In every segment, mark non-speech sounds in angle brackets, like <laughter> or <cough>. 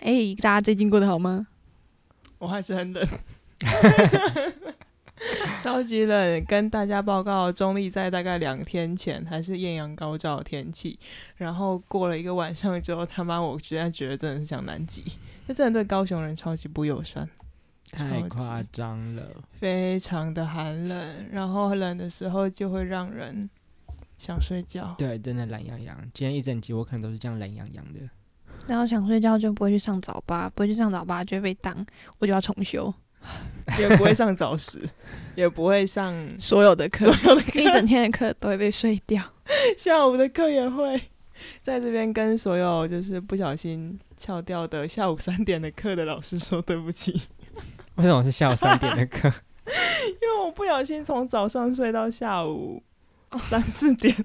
哎、大家最近过得好吗？我还是很冷， <laughs> 超级冷。跟大家报告，中立在大概两天前还是艳阳高照的天气，然后过了一个晚上之后，他妈我现在觉得真的是想南极，这真的对高雄人超级不友善，太超级夸张了。非常的寒冷，然后冷的时候就会让人想睡觉。对，真的懒洋洋。今天一整集我可能都是这样懒洋洋的。然后想睡觉就不会去上早八，不会去上早八就会被当，我就要重修也不会上早十， <laughs> 也不会 <laughs> 上所有的课所，有的一 <laughs> 整天的课都会被睡掉。下午的课也会。 <laughs> 在这边跟所有就是不小心翘掉的下午三点的课的老师说对不起， <laughs> 因为什么是下午三点的 <laughs> 课？为我不小心从早上睡到下午哦三四点， <laughs>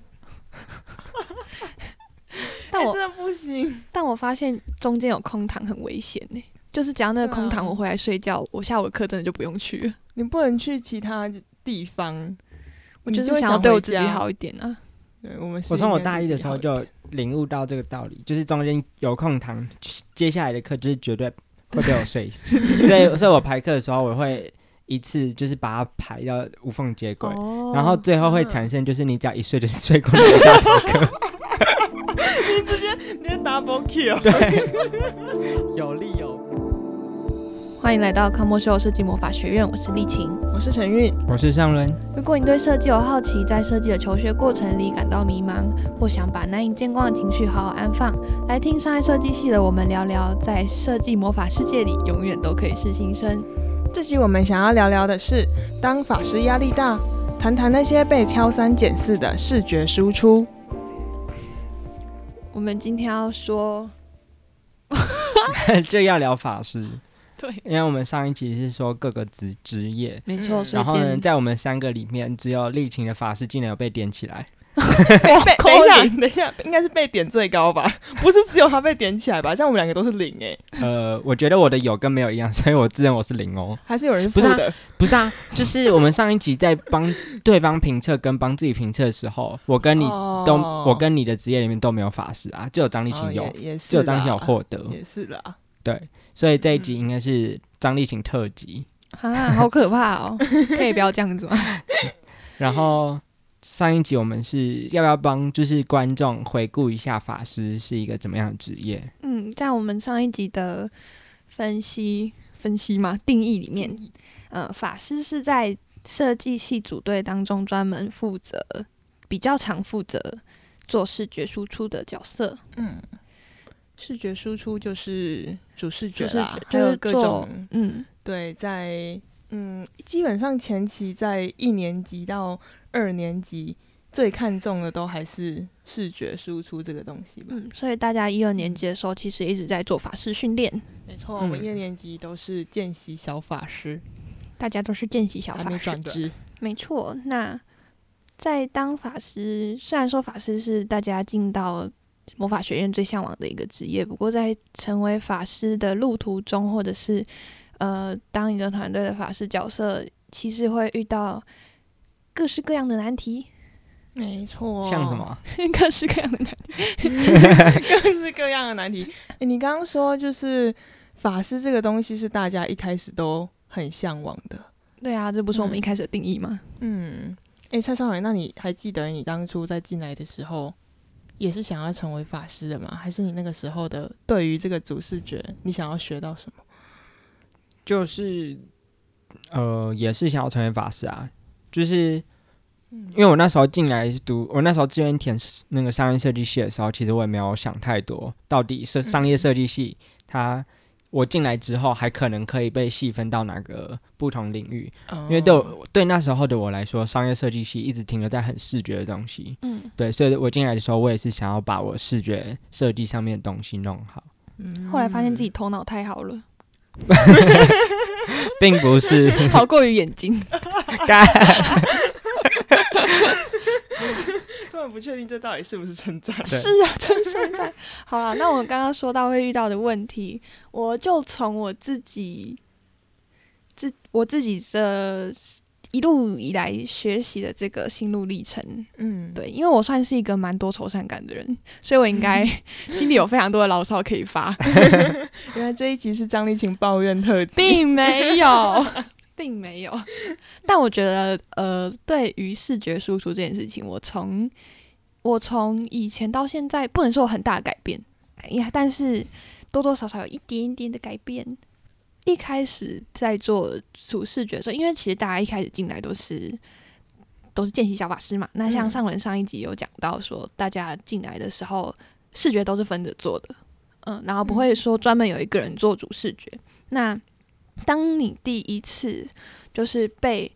<laughs> 但我、哎真的不行。但我发现中间有空堂很危险呢、就是只要那个空堂对啊我回来睡觉，我下午的课真的就不用去了。你不能去其他地方，我你就就是会想要想对回我自己家好一点啊。对我们是我从我应该大对一自的己时好候一就点领悟到这个道理，就是中间有空堂，接下来的课就是绝对会被我睡 <laughs> 死。所以，所以我排课的时候，我会一次就是把它排到无缝接轨，哦然后最后会嗯产生就是你只要一睡就 <laughs> 睡过你的大头课。你是 double kill，对， <laughs> 有哦利有。欢迎来到康莫秀设计魔法学院，我是丽琴。我是陈韵，我是上轮， <laughs> 如果你对设计有好奇，在设计的求学过程里感到迷茫，或想把难以见光的情绪好好安放，来听上海设计系的我们聊聊，在设计魔法世界里，永远都可以是新生。这集我们想要聊聊的是，当法师压力大，谈谈那些被挑三拣四的视觉输出。我们今天要说，就要聊法师，对，因为我们上一集是说各个职职业，没错，嗯所以然后今呢，天在我们三个里面，只有丽琴的法师竟然有被点起来，被哦扣 <laughs> 等一零下，等一下，应该是被点最高吧？不是只有他被点起来吧？这样我们两个都是零哎、呃，我觉得我的有跟没有一样，所以我自认我是零哦。还是有人不负是啊的？不是啊，就是我们上一集在帮对方评测跟帮自己评测的时候，我跟你都，哦我跟你的职业里面都没有法师啊，只有张丽哦琴有，也也是只有张丽啦琴有获得，也是啦。所以这一集应该是张丽琴特辑。啊，好可怕哦，可以不要这样子吗？然后上一集我们是要不要帮就是观众回顾一下法师是一个怎么样的职业？嗯，在我们上一集的分析分析嘛定义里面，呃，法师是在设计系组队当中专门负责，比较常负责做视觉输出的角色，嗯，视觉输出就是主视觉就是啦，就还有是各做种嗯对，在嗯，基本上前期在一年级到二年级最看重的都还是视觉输出这个东西吧。嗯，所以大家一二年级的时候其实一直在做法师训练，没错，嗯我们一二年级都是见习小法师，大家都是见习小还法没师转的职。没错，那在当法师，虽然说法师是大家进到魔法学院最向往的一个职业，不过在成为法师的路途中，或者是呃当一个团队的法师角色，其实会遇到各式各样的难题， <laughs> 没错，像什么？各式各样的难题。 <laughs> 各式各样的难题。诶你刚刚说就是法师这个东西是大家一开始都很向往的，对啊，这不是我们一开始的定义吗？嗯。哎、蔡少伟，那你还记得你当初在进来的时候，也是想要成为法师的吗？还是你那个时候的对于这个主视觉，你想要学到什么？就是呃，也是想要成为法师啊，就是嗯因为我那时候进来读，我那时候志愿填那个商业设计系的时候，其实我也没有想太多，到底是商嗯业设计系它。我进来之后，还可能可以被细分到哪个不同领域？因为对哦我对那时候的我来说，商业设计系一直停留在很视觉的东西。嗯，对，所以我进来的时候，我也是想要把我视觉设计上面的东西弄好，嗯后来发现自己头脑太好了，并不 <laughs> 是 <laughs> 好过于眼睛。干突然不确定这到底是不是称赞。对是啊， <laughs> 真存在。好了，那我刚刚说到会遇到的问题，我就从我自己自我自己的一路以来学习的这个心路历程。嗯，对，因为我算是一个蛮多愁善感的人，所以我应该心里有非常多的牢骚可以发， <laughs> 原来这一集是张丽琴抱怨特辑。并没有，并没有。但我觉得，呃，对于视觉输出这件事情，我从我从以前到现在，不能说有很大的改变，哎呀，但是多多少少有一点点的改变。一开始在做主视觉的时候，因为其实大家一开始进来都是都是见习小法师嘛，那像嗯上文上一集有讲到说，大家进来的时候视觉都是分着做的，嗯，然后不会说专门有一个人做主视觉。那当你第一次就是被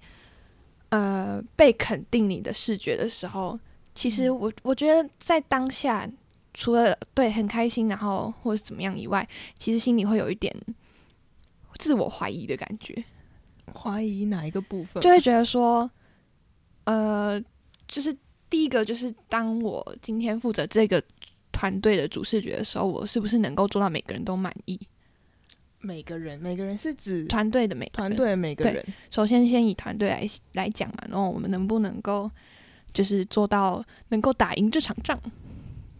呃被肯定你的视觉的时候，其实我我觉得在当下，除了对很开心，然后或者怎么样以外，其实心里会有一点自我怀疑的感觉，怀疑哪一个部分？就会觉得说，呃，就是第一个就是当我今天负责这个团队的主视觉的时候，我是不是能够做到每个人都满意？每个人，每个人是指团队的每个团人队每个对人。首先先以团队来来讲嘛，然后我们能不能够就是做到能够打赢这场仗？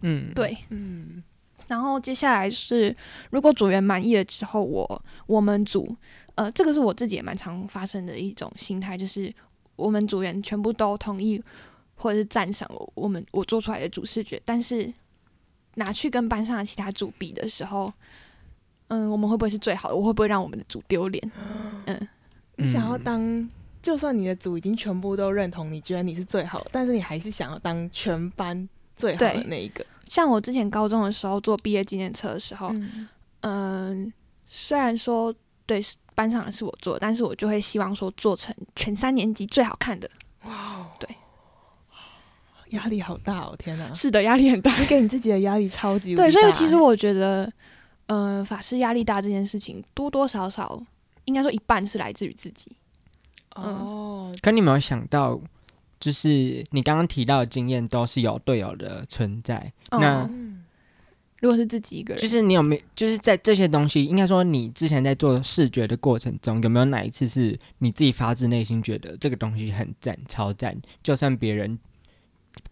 嗯，对，嗯然后接下来是如果组员满意了之后，我我们组呃，这个是我自己也蛮常发生的一种心态，就是我们组员全部都同意或者是赞赏我我们我做出来的主视觉，但是拿去跟班上的其他组比的时候。嗯，我们会不会是最好的？我会不会让我们的组丢脸？你想要嗯当，就算你的组已经全部都认同，你觉得你是最好的，但是你还是想要当全班最好的对那一个。像我之前高中的时候做毕业纪念册的时候，嗯嗯，虽然说对是班上的是我做，但是我就会希望说做成全三年级最好看的。哦压力好大哦， <laughs> 天哪！是的，压力很大。 <laughs> 你给你自己的压力超级无敌对，所大以其实欸我觉得，呃，法师压力大这件事情，多多少少应该说一半是来自于自己。哦，可你有没有想到，就是你刚刚提到的经验都是有队友的存在，那嗯，嗯如果是自己一个人，就是你有没有就是在这些东西，应该说你之前在做视觉的过程中，有没有哪一次是你自己发自内心觉得这个东西很赞、超赞，就算别人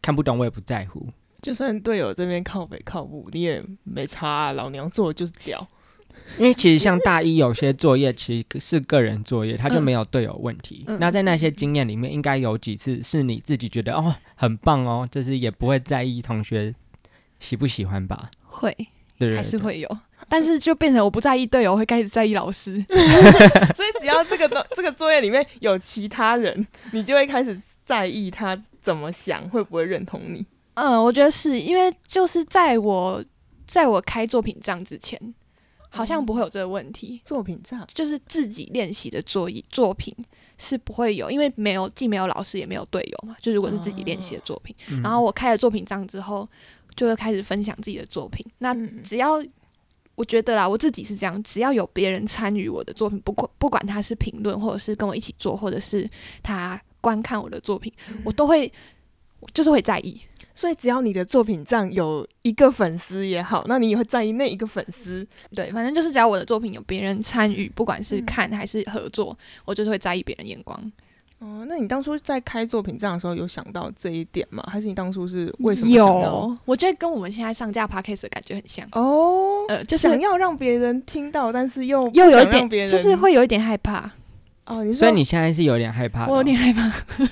看不懂我也不在乎？就算队友这边靠北靠步，你也没差、啊，老娘做的就是 <laughs> 屌。因为其实像大一有些作业其实是个人作业，他就没有队友问题。嗯那在那些经验里面，应该有几次是你自己觉得哦很棒哦，就是也不会在意同学喜不喜欢吧？会对不对？还是对会有，但是就变成我不在意队友，我会开始在意老师。所以只要这个东 <laughs> 这个作业里面有其他人，你就会开始在意他怎么想，会不会认同你。嗯，我觉得是因为就是在我在我开作品账之前，好嗯像不会有这个问题。作品上，就是自己练习的作业作品是不会有，因为没有既没有老师也没有队友嘛。就如果是自己练习的作品，嗯然后我开了作品账之后，就会开始分享自己的作品。那嗯只要我觉得啦，我自己是这样，只要有别人参与我的作品，不管不管他是评论，或者是跟我一起做，或者是他观看我的作品，我都会就是会在意。所以只要你的作品上有一个粉丝也好，那你也会在意那一个粉丝。对，反正就是只要我的作品有别人参与，不管是嗯看还是合作，我就是会在意别人眼光。哦，那你当初在开作品账的时候有想到这一点吗？还是你当初是为什么想要？有，我觉得跟我们现在上架 podcast 的感觉很像，哦，呃，就是想要让别人听到，但是又又有一不想让点，别就人是会有一点害怕，哦，你说所以你现在是有点害怕的哦，我有点害怕。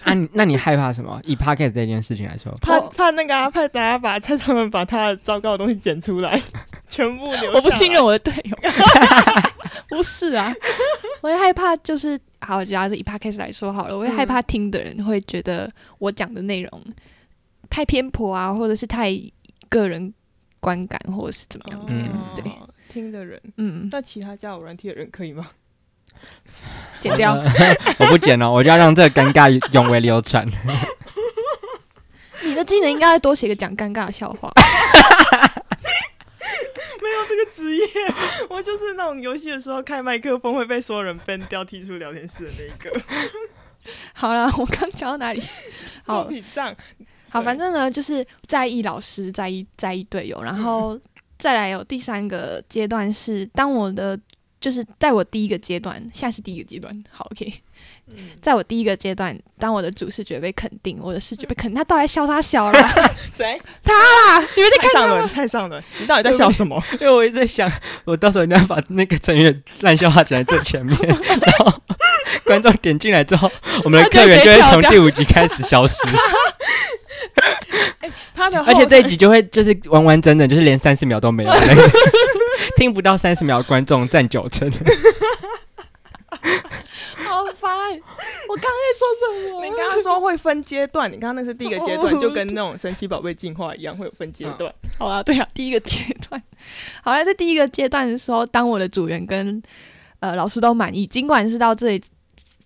啊？你 <laughs> 那你害怕什么？以 podcast 这件事情来说，怕我怕那个啊，怕大家把蔡尚文把他的糟糕的东西剪出来， <laughs> 全部留。我不信任。我的队 <laughs> 友，不是啊，我会害怕，就是好，只要是以 podcast 来说好了，我会害怕听的人会觉得我讲的内容太偏颇啊，或者是太个人观感，或者是怎么样怎么样，嗯对，，哦听的人，嗯，那其他交友软体的人可以吗？ <laughs> 剪掉。 <laughs> 我不剪了，哦我就要让这个尴尬永为流传。你的技能应该多写个讲尴尬的笑话。这个职业，我就是那种游戏的时候开麦克风会被所有人 ban 掉、踢出聊天室的那一个。好了，我刚讲到哪里？ <laughs> 好作，品上，好，对反正呢，就是在意老师，在嗯意在意队友，然后再来有第三个阶段是，当我的就是在我第一个阶段，现在是第一个阶段，好，OK，在 <laughs> 我第一个阶段，当我的主视觉被肯定，我的视觉被肯定，他到底在笑他啊小了， <laughs> 谁？他啦，你们在看蔡尚伦，蔡尚伦，你到底在笑什么？ <laughs> 因为我一直在想，我到时候一定要把那个成语的烂笑话讲在最前 <laughs> 面，然后观众点进来之后，我们的客源就会从第五集开始消失，他 <laughs> 的后 <laughs> 而且这一集就会就是完完整整，就是连三十秒都没有，那 <laughs> 个听不到三十秒的观众占九成。好烦，我刚才说什 <laughs> 么？你刚刚说会分阶段，你刚刚那是第一个阶段，哦就跟那种神奇宝贝进化一样，会有分阶段。好啊，对啊，第一个阶段，好啊了，在第一个阶段的时候，当我的组员跟呃老师都满意，尽管是到这里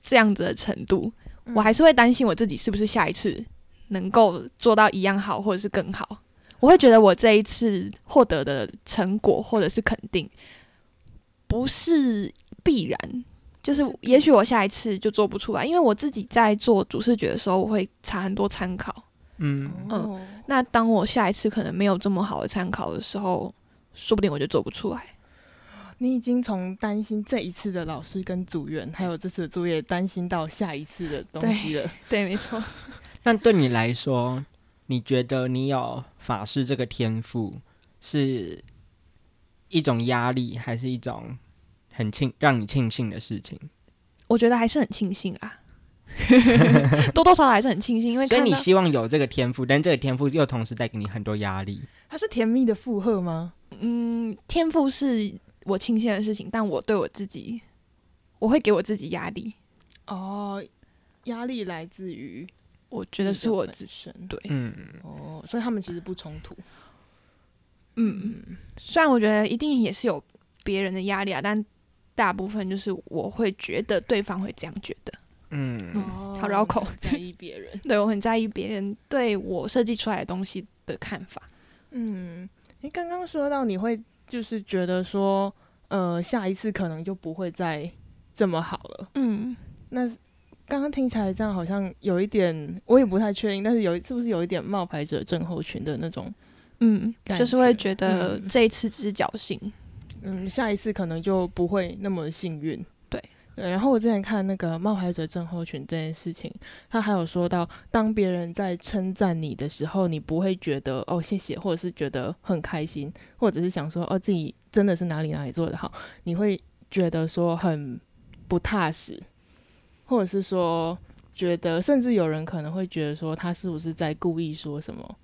这样子的程度，我还是会担心我自己是不是下一次能够做到一样好，或者是更好。我会觉得我这一次获得的成果或者是肯定，不是必然，就是也许我下一次就做不出来，因为我自己在做主视觉的时候，我会查很多参考。嗯，哦，那当我下一次可能没有这么好的参考的时候，说不定我就做不出来。你已经从担心这一次的老师跟组员，还有这次的作业，担心到下一次的东西了。对，没错。那对你来说，你觉得你有法师这个天赋是一种压力，还是一种很庆让你庆幸的事情？ <laughs> 我觉得还是很庆幸啦， <laughs> 多多少少还是很庆幸，因为所以看你到希望有这个天赋，但这个天赋又同时带给你很多压力。它是甜蜜的负荷吗？嗯，天赋是我庆幸的事情，但我对我自己，我会给我自己压力。哦，压力来自于我觉得是我自自身。对，嗯，哦，所以他们其实不冲突。嗯，虽然我觉得一定也是有别人的压力啊，但大部分就是我会觉得对方会这样觉得。嗯，哦好绕口你很在意 <laughs> 别人。对我很在意别人对我设计出来的东西的看法。嗯，你刚刚说到你会就是觉得说，呃，下一次可能就不会再这么好了。嗯，那是刚刚听起来这样好像有一点，我也不太确定，但是有是不是有一点冒牌者症候群的那种？嗯，感就是会觉觉得嗯这一次只是侥幸。嗯，下一次可能就不会那么幸运。对对，然后我之前看那个冒牌者症候群这件事情，他还有说到，当别人在称赞你的时候，你不会觉得哦谢谢，或者是觉得很开心，或者是想说哦自己真的是哪里哪里做得好，你会觉得说很不踏实，或者是说觉得，甚至有人可能会觉得说他是不是在故意说什么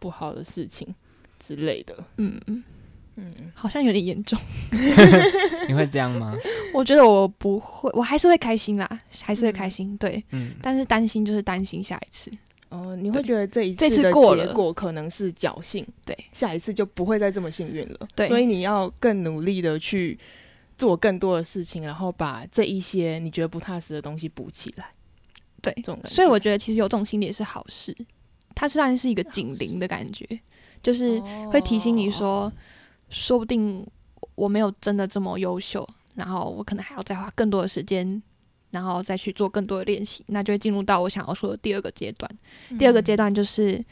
不好的事情之类的。嗯嗯，嗯，好像有点严重。 <laughs> 你会这样吗？我觉得我不会，我还是会开心啦，还是会开心。对，嗯，但是担心就是担心下一次。哦，你会对觉得这一这次的过结了果可能是侥幸，对，下一次就不会再这么幸运了。对所以你要更努力的去做更多的事情，然后把这一些你觉得不踏实的东西补起来。对这种感所以我觉觉得其实有这种心理也是好事，它虽然是一个警铃的感觉，就是会提醒你哦，说，说不定我没有真的这么优秀，然后我可能还要再花更多的时间。然后再去做更多的练习，那就会进入到我想要说的第二个阶段。嗯第二个阶段，段就是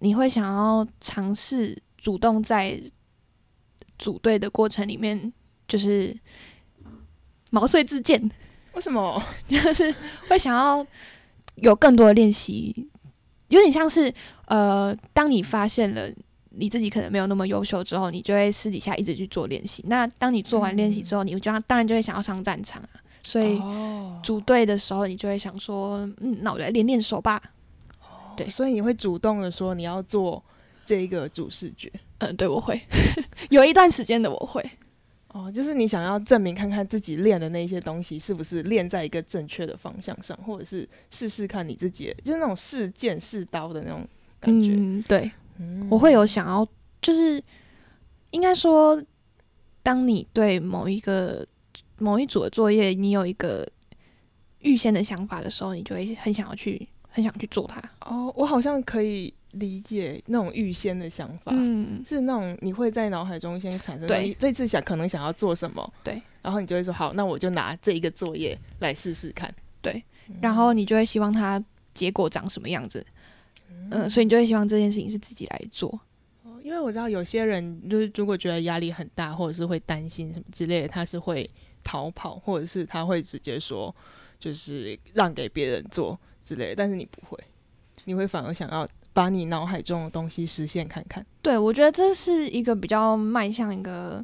你会想要尝试主动在组队的过程里面，就是毛遂自荐，为什么？就是会想要有更多的练习，有点像是呃，当你发现了。你自己可能没有那么优秀，之后你就会私底下一直去做练习。那当你做完练习之后，你就要当然就会想要上战场啊。所以哦，组队的时候，你就会想说，嗯，那我来练练手吧。对所以你会主动的说你要做这个主视觉。嗯，对，我会 <laughs> 有一段时间的我会，哦，就是你想要证明看看自己练的那些东西是不是练在一个正确的方向上，或者是试试看你自己，就是那种试剑试刀的那种感觉。嗯，对，嗯我会有想要，就是应该说，当你对某一个某一组的作业，你有一个预先的想法的时候，你就会很想要去，很想去做它。哦，我好像可以理解那种预先的想法，嗯，是那种你会在脑海中先产生，对你这次想可能想要做什么，对，然后你就会说好，那我就拿这一个作业来试试看，对，然后你就会希望嗯它结果长什么样子。嗯，所以你就会希望这件事情是自己来做。哦因为我知道有些人就是如果觉得压力很大，或者是会担心什么之类的，他是会逃跑，或者是他会直接说就是让给别人做之类的，但是你不会，你会反而想要把你脑海中的东西实现看看。对，我觉得这是一个比较迈向一个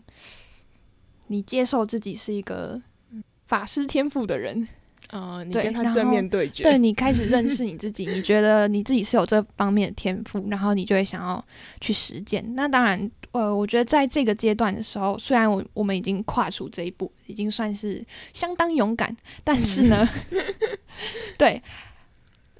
你接受自己是一个嗯法师天赋的人，啊、你对跟他然正后面对决，对你开始认识你自己，你觉得你自己是有这方面的天赋，然后你就会想要去实践。那当然，呃，我觉得在这个阶段的时候，虽然我我们已经跨出这一步，已经算是相当勇敢，但是呢，嗯 <laughs> 对，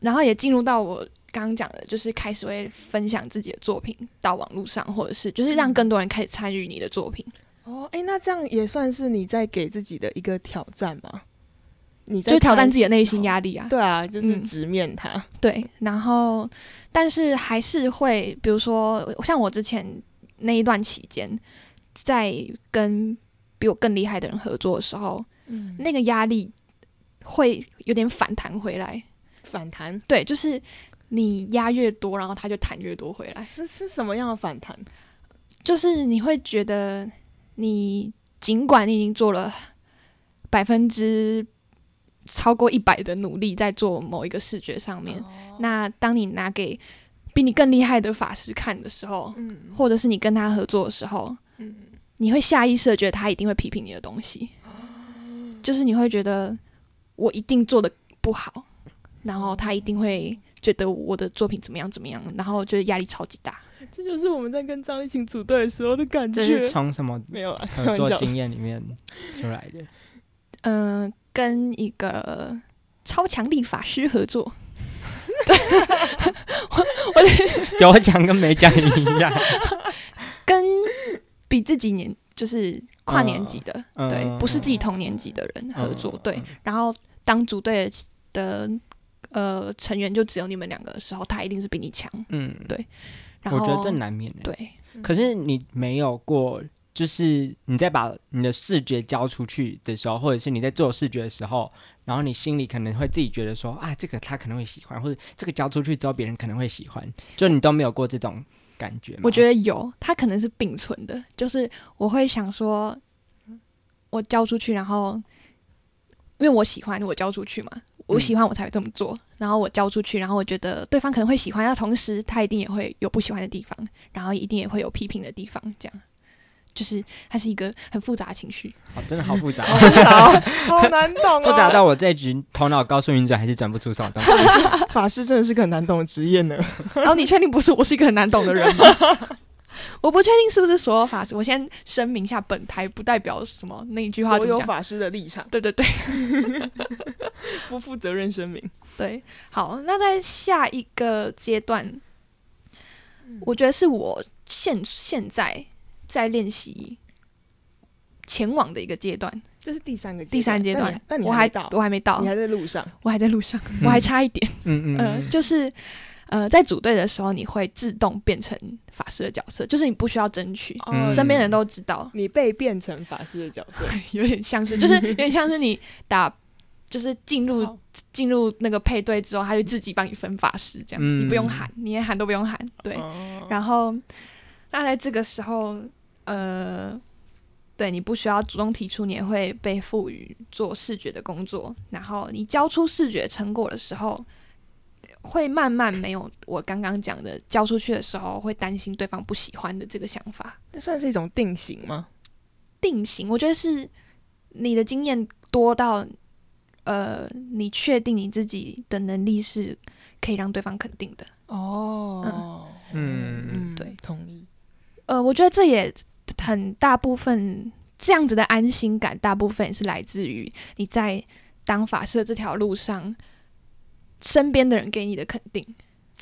然后也进入到我。刚刚讲的就是开始会分享自己的作品到网络上，或者是就是嗯让更多人开始参与你的作品。哦，哎、那这样也算是你在给自己的一个挑战吗？你在就是挑战自己的看内心压力啊。对啊，就是嗯直面它。对，然后但是还是会，比如说像我之前那一段期间，在跟比我更厉害的人合作的时候，嗯，那个压力会有点反弹回来。反弹对，就是你压越多，然后他就弹越多回来，啊是是什么样的反弹？就是你会觉得你尽管你已经做了百分之。超过一百的努力在做某一个视觉上哦面，那当你拿给比你更厉害的法师看的时候，嗯或者是你跟他合作的时候，嗯，你会下意识的觉得他一定会批评你的东西，哦就是你会觉得我一定做的不好，然后嗯他一定会觉得我的作品怎么样怎么样，然后就是压力超级大。这就是我们在跟张立群组队的时候的感这觉是。嗯从什么没有啊，呃开合玩作笑。经验里面出 <laughs> 来的？嗯、跟一个超强力法师合作，有讲跟没讲一样。跟比自己年就是跨年级的，嗯对，嗯不是自己同年级的人合作，嗯对。然后当组队的呃成员就只有你们两个的时候，他一定是比你强。嗯，对然我后觉得这难免欸。对可是你没有过，就是你在把你的视觉交出去的时候，或者是你在做视觉的时候，然后你心里可能会自己觉得说啊，这个他可能会喜欢，或者这个交出去之后别人可能会喜欢，就你都没有过这种感觉吗。我觉得得有，他可能是并存的，就是我会想说，我交出去，然后因为我喜欢，我交出去嘛。我嗯喜欢我才会这么做，然后我交出去，然后我觉得对方可能会喜欢，那同时他一定也会有不喜欢的地方，然后一定也会有批评的地方，这样就是它是一个很复杂的情绪。好，真的好复 <laughs> 杂，好 <laughs> 好难懂哦，复杂到我这一局头脑高速运转还是转不出什么东西。法师真的是个很难懂的职业呢。然哦后你确定不是我是一个很难懂的人吗？ <laughs> 我不确定是不是所有法师。我先声明一下，本台不代表什么那一句话所怎么有讲。法师的立场，对对对 <laughs> 不负责任声明。对，好，那在下一个阶段，嗯我觉得是我现现在在练习前往的一个阶段，这是第三个第三阶段，那你我还还没到，我还没到你，还在路上。我还在路上，我还差一点。嗯嗯呃，嗯，就是呃，在组队的时候，你会自动变成法师的角色，就是你不需要争取，哦，身边人都知道， <laughs> 你被变成法师的角色。有点像是，就是有点像是你打，就是进入好进入那个配对之后，他就自己帮你分法师，这样、嗯你不用喊，你连喊都不用喊。对，哦然后那在这个时候，呃，对你不需要主动提出，你也会被赋予做视觉的工作。然后你交出视觉成果的时候，会慢慢没有我刚刚讲的交出去的时候会担心对方不喜欢的这个想法。那算是一种定型吗？定型，我觉得是你的经验多到，呃，你确定你自己的能力是可以让对方肯定的。哦，嗯嗯对，同意。呃，我觉得这也很大部分这样子的安心感，大部分也是来自于你在当法师的这条路上，身边的人给你的肯定。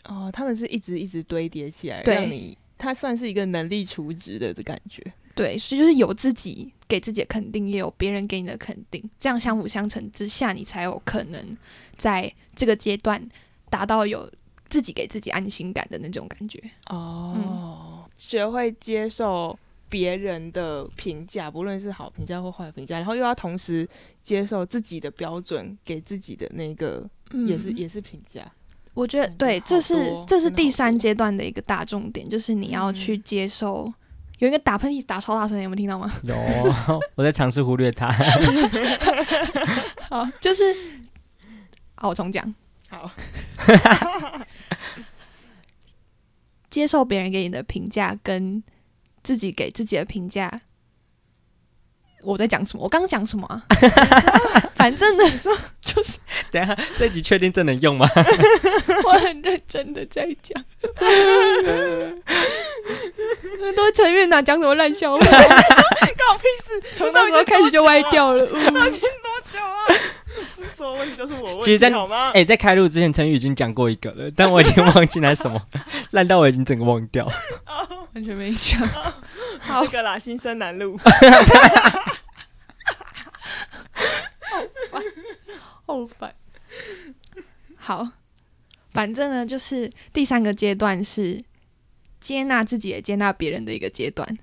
哦，他们是一直一直堆叠起来，对让你，它算是一个能力储值的的感觉。对，所以就是有自己给自己的肯定，也有别人给你的肯定，这样相辅相成之下，你才有可能在这个阶段达到有自己给自己安心感的那种感觉。哦，学会接受别人的评价，不论是好评价或坏评价，然后又要同时接受自己的标准，给自己的那个嗯也是、也是评价。我觉得嗯对，好这是多这是真的第好三多阶段的一个大重点，就是你要去嗯接受。有一个打喷嚏打超大声，有没有听到吗？ <laughs> 有，哦我在尝试忽略它。好，就是好，我重讲，好， <laughs> 接受别人给你的评价跟自己给自己的评价。我在讲什么？我刚讲什么 <laughs> 啊？反正呢，就是 <laughs> 等一下这集确定这能用吗？我很认真的在 <laughs> 讲，都陈院长讲什么烂 <laughs> 笑话，搞屁事！从那时候开始就歪掉了。嗯呜到底多久啊？不是所有问题都是我其问实在题好 <laughs> 吗？ <laughs> 哎、在开录之前，陈宇已经讲过一个了，但我已经忘记那是什么，烂到我已经整个忘掉。完全没印象。好那，个啦，新生南路，好烦。好，反正呢，就是第三个阶段是接纳自己也接纳别人的一个阶段。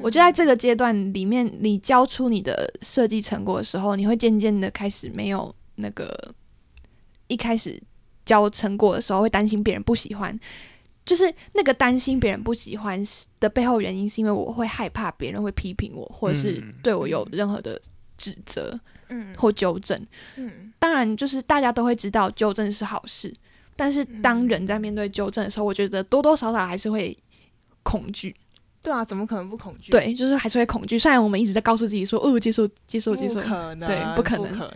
我觉得在这个阶段里面，你交出你的设计成果的时候，你会渐渐的开始没有那个一开始交成果的时候会担心别人不喜欢，就是那个担心别人不喜欢是的背后原因，是因为我会害怕别人会批评我，或者是嗯对我有任何的指责嗯或纠正。嗯当然，就是大家都会知道纠正是好事，但是嗯当人在面对纠正的时候，我觉得多多少少还是会恐惧。对啊，怎么可能不恐惧？对，就是还是会恐惧。虽然我们一直在告诉自己说，哦，接受，接受，不接受，可能，对不不可能能。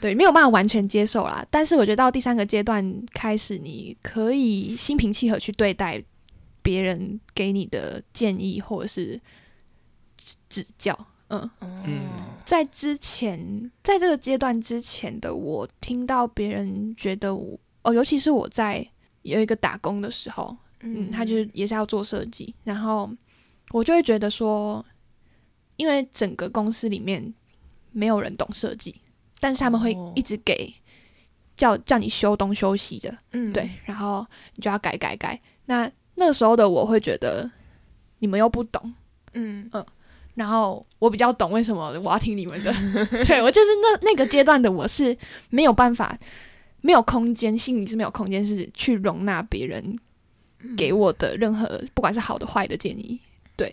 对，没有办法完全接受啦。但是我觉得到第三个阶段开始，你可以心平气和去对待别人给你的建议或者是指指教。嗯，嗯，在之前，在这个阶段之前的我，听到别人觉得我，哦，尤其是我在有一个打工的时候，嗯，他就是也是要做设计，然后我就会觉得说，因为整个公司里面没有人懂设计，但是他们会哦一直给叫叫你修东修西的，嗯对，，然后你就要改改改。那那个时候的我会觉得你们又不懂，嗯然后我比较懂为什么我要听你们的， <laughs> 对我就是那那个阶段的我是没有办法，没有空间，心里是没有空间是去容纳别人给我的任何不管是好的坏的建议，对。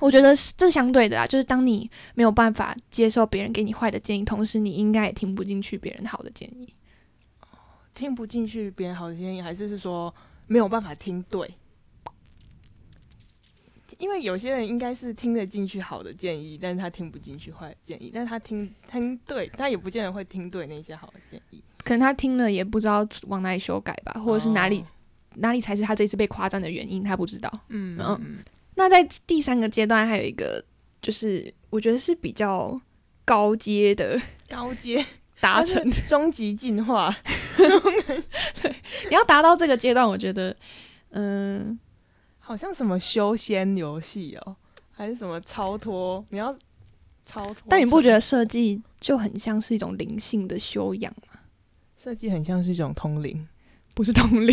我觉得是这相对的啦，就是当你没有办法接受别人给你坏的建议，同时你应该也听不进去别人好的建议。听不进去别人好的建议，还是是说没有办法听对？因为有些人应该是听得进去好的建议，但是他听不进去坏的建议，但是他听听对，他也不见得会听对那些好的建议，可能他听了也不知道往哪里修改吧，或者是哪里、哦哪里才是他这次被夸赞的原因，他不知道。嗯嗯那在第三个阶段还有一个，就是我觉得是比较高阶的 <laughs> 高阶达成。终极进化，你要达到这个阶段，我觉得，嗯、好像什么修仙游戏哦，还是什么超脱？你要超脱？但你不觉得设计就很像是一种灵性的修养吗？设计很像是一种通灵？不是动力，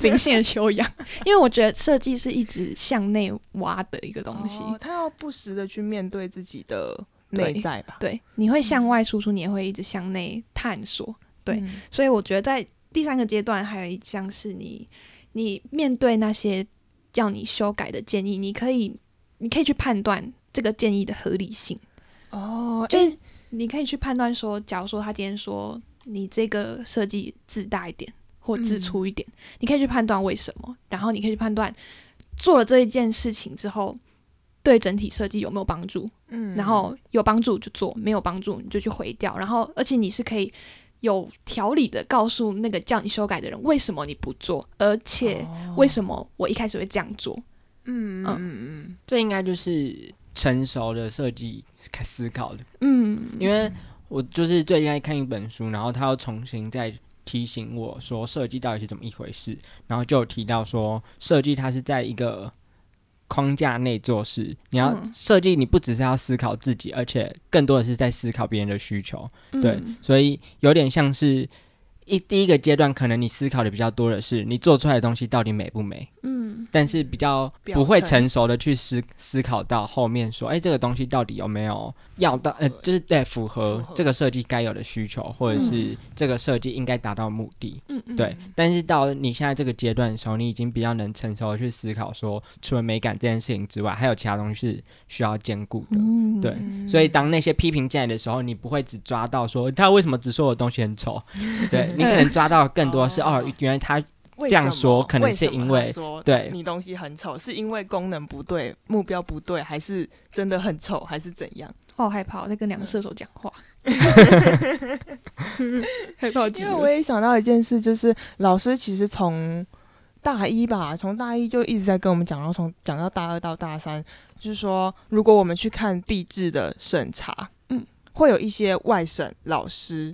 灵性的修养。因为我觉得设计是一直向内挖的一个东西。哦，他要不时的去面对自己的内在吧？对，你会向外输出，你也会一直向内探索。对嗯所以我觉得在第三个阶段，还有一项是你，你面对那些叫你修改的建议，你可以，你可以去判断这个建议的合理性，哦，就就是你可以去判断说，假如说他今天说你这个设计字大一点或字粗一点，你可以去判断为什么，然后你可以去判断做了这一件事情之后。对整体设计有没有帮助？嗯然后有帮助就做，没有帮助你就去回掉。然后，而且你是可以有条理的告诉那个叫你修改的人为什么你不做，而哦且为么？什么我一开始会这样做。嗯嗯嗯嗯这应该就是成熟的设计思考的，嗯，因为我就是最近在看一本书，然后他又重新再提醒我说设计到底是怎么一回事，然后就有提到说设计它是在一个框架内做事，你要嗯设计你不只是要思考自己，而且更多的是在思考别人的需求，嗯对，所以有点像是。一第一个阶段，可能你思考的比较多的是你做出来的东西到底美不美，嗯但是比较表不会层成熟的去思思考到后面说，哎、这个东西到底有没有要到呃，就是对符合符合这个设计该有的需求，或者是这个设计应该达到的目的。嗯嗯，对，但是到你现在这个阶段的时候，你已经比较能成熟的去思考说，除了美感这件事情之外，还有其他东西是需要兼顾的。嗯对所以当那些批评进来的时候，你不会只抓到说他为什么只说我东西很丑，对你可能抓到更多是哦哦，原来他为这样什么说可能是什么因他为说对你东西很丑，是因为功能不对、目标不对，还是真的很丑，还是怎样？我好害怕，我在跟两个射手讲 <laughs> 话，害怕极因为我了。也想到一件事，就是老师其实从大一吧，从大一就一直在跟我们讲，然后从讲到大二到大三，就是说，如果我们去看毕制的审查，嗯，会有一些外省老师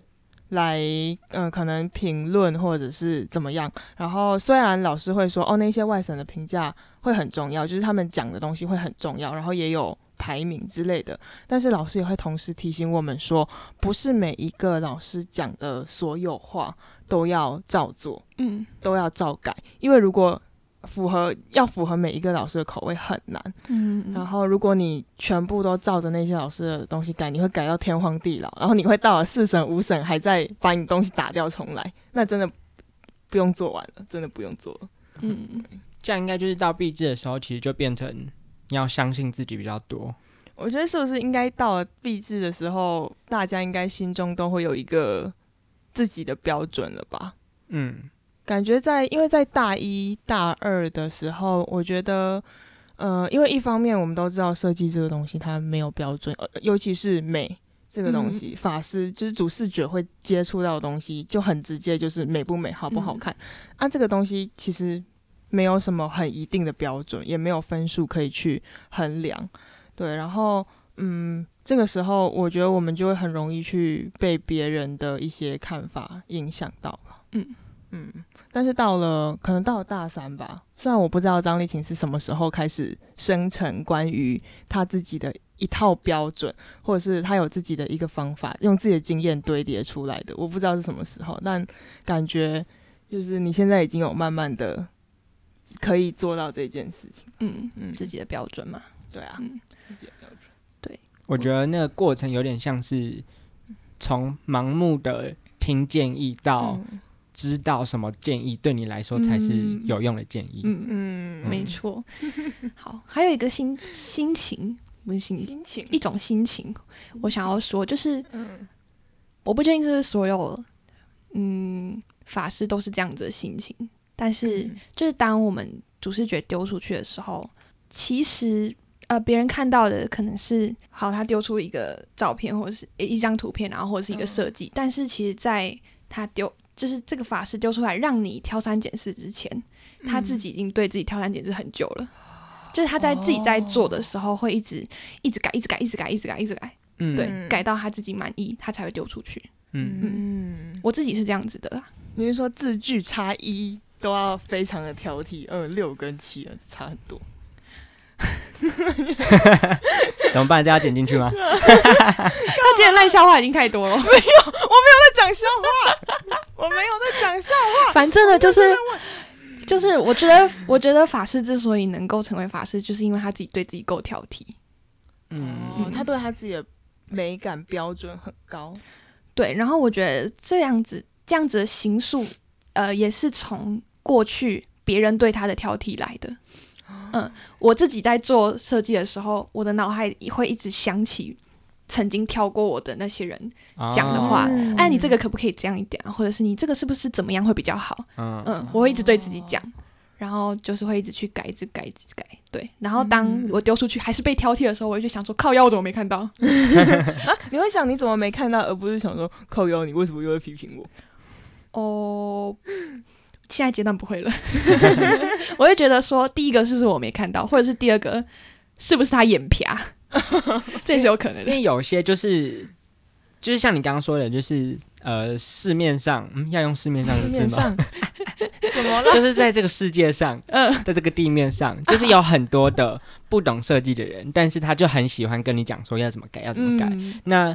来，嗯、可能评论或者是怎么样。然后虽然老师会说，哦，那些外省的评价会很重要，就是他们讲的东西会很重要，然后也有排名之类的，但是老师也会同时提醒我们说，不是每一个老师讲的所有话都要照做，嗯都要照改，因为如果符合要符合每一个老师的口味很难。嗯，然后如果你全部都照着那些老师的东西改，你会改到天荒地老，然后你会到了四审五审还在把你东西打掉重来，那真的不用做完了，真的不用做了。嗯这样应该就是到毕制的时候，其实就变成你要相信自己比较多。我觉得是不是应该到了毕制的时候，大家应该心中都会有一个自己的标准了吧？嗯，感觉在，因为在大一大二的时候，我觉得，呃，因为一方面我们都知道设计这个东西它没有标准，呃、尤其是美这个东西，法师就是主视觉会接触到的东西，就很直接，就是美不美，好不好看。啊，这个东西其实没有什么很一定的标准，也没有分数可以去衡量。对，然后嗯，这个时候我觉得我们就会很容易去被别人的一些看法影响到吧。嗯嗯，但是到了可能到了大三吧，虽然我不知道张丽琴是什么时候开始生成关于她自己的一套标准，或者是她有自己的一个方法，用自己的经验堆叠出来的，我不知道是什么时候，但感觉就是你现在已经有慢慢的可以做到这件事情。嗯嗯嗯，自己的标准嘛，对啊，嗯自己的标准。我觉得那个过程有点像是从盲目的听建议到嗯知道什么建议对你来说才是有用的建议。嗯，嗯没错。好，还有一个心心情，不是心心情一种心情，我想要说，就是嗯我不确定是不是所有嗯法师都是这样子的心情，但是。就是当我们主视觉丢出去的时候，其实呃，别人看到的可能是好，他丢出一个照片或者是一一张图片，然后或者是一个设计，但是其实在他丢就是这个法师丢出来让你挑三拣四之前，他自己已经对自己挑三拣四很久了。就是他在自己在做的时候，会一直、一直改，一直改，一直改，一直改，一直改，嗯对，嗯改到他自己满意，他才会丢出去。嗯，嗯，我自己是这样子的啦，你是说字句差一都要非常的挑剔？嗯，六跟七呃差很多。怎么办？这要剪进去 <laughs> 吗？他今天烂笑话已经太多了。在讲笑 <laughs> 话，我没有在讲笑话。反正呢，就是就是， <laughs> 我觉得我觉得法师之所以能够成为法师，就是因为他自己对自己够挑剔。哦嗯，，他对他自己的美感标准很高。对，然后我觉得这样子这样子的行数，呃，也是从过去别人对他的挑剔来的。嗯，我自己在做设计的时候，我的脑海会一直想起曾经挑过我的那些人，讲的话哦哎、你这个可不可以这样一点啊？或者是你这个是不是怎么样会比较好？嗯嗯，我会一直对自己讲，然后就是会一直去改，一直改，一直改。对，然后当我丢出去还是被挑剔的时候，我就想说靠腰，我怎么没看到？ <laughs> 你会想你怎么没看到，而不是想说扣腰，你为什么又会批评我？哦，现在阶段不会了， <laughs> 我会觉得说第一个是不是我没看到，或者是第二个是不是他眼瞎，这也是有可能因的。为有些就是就是像你刚刚说的，就是呃，市面上、嗯、要用市面上的字吗？怎 <laughs> 么了？就是在这个世界上，嗯，在这个地面上，就是有很多的不懂设计的人，但是他就很喜欢跟你讲说要怎么改，要怎么改。嗯那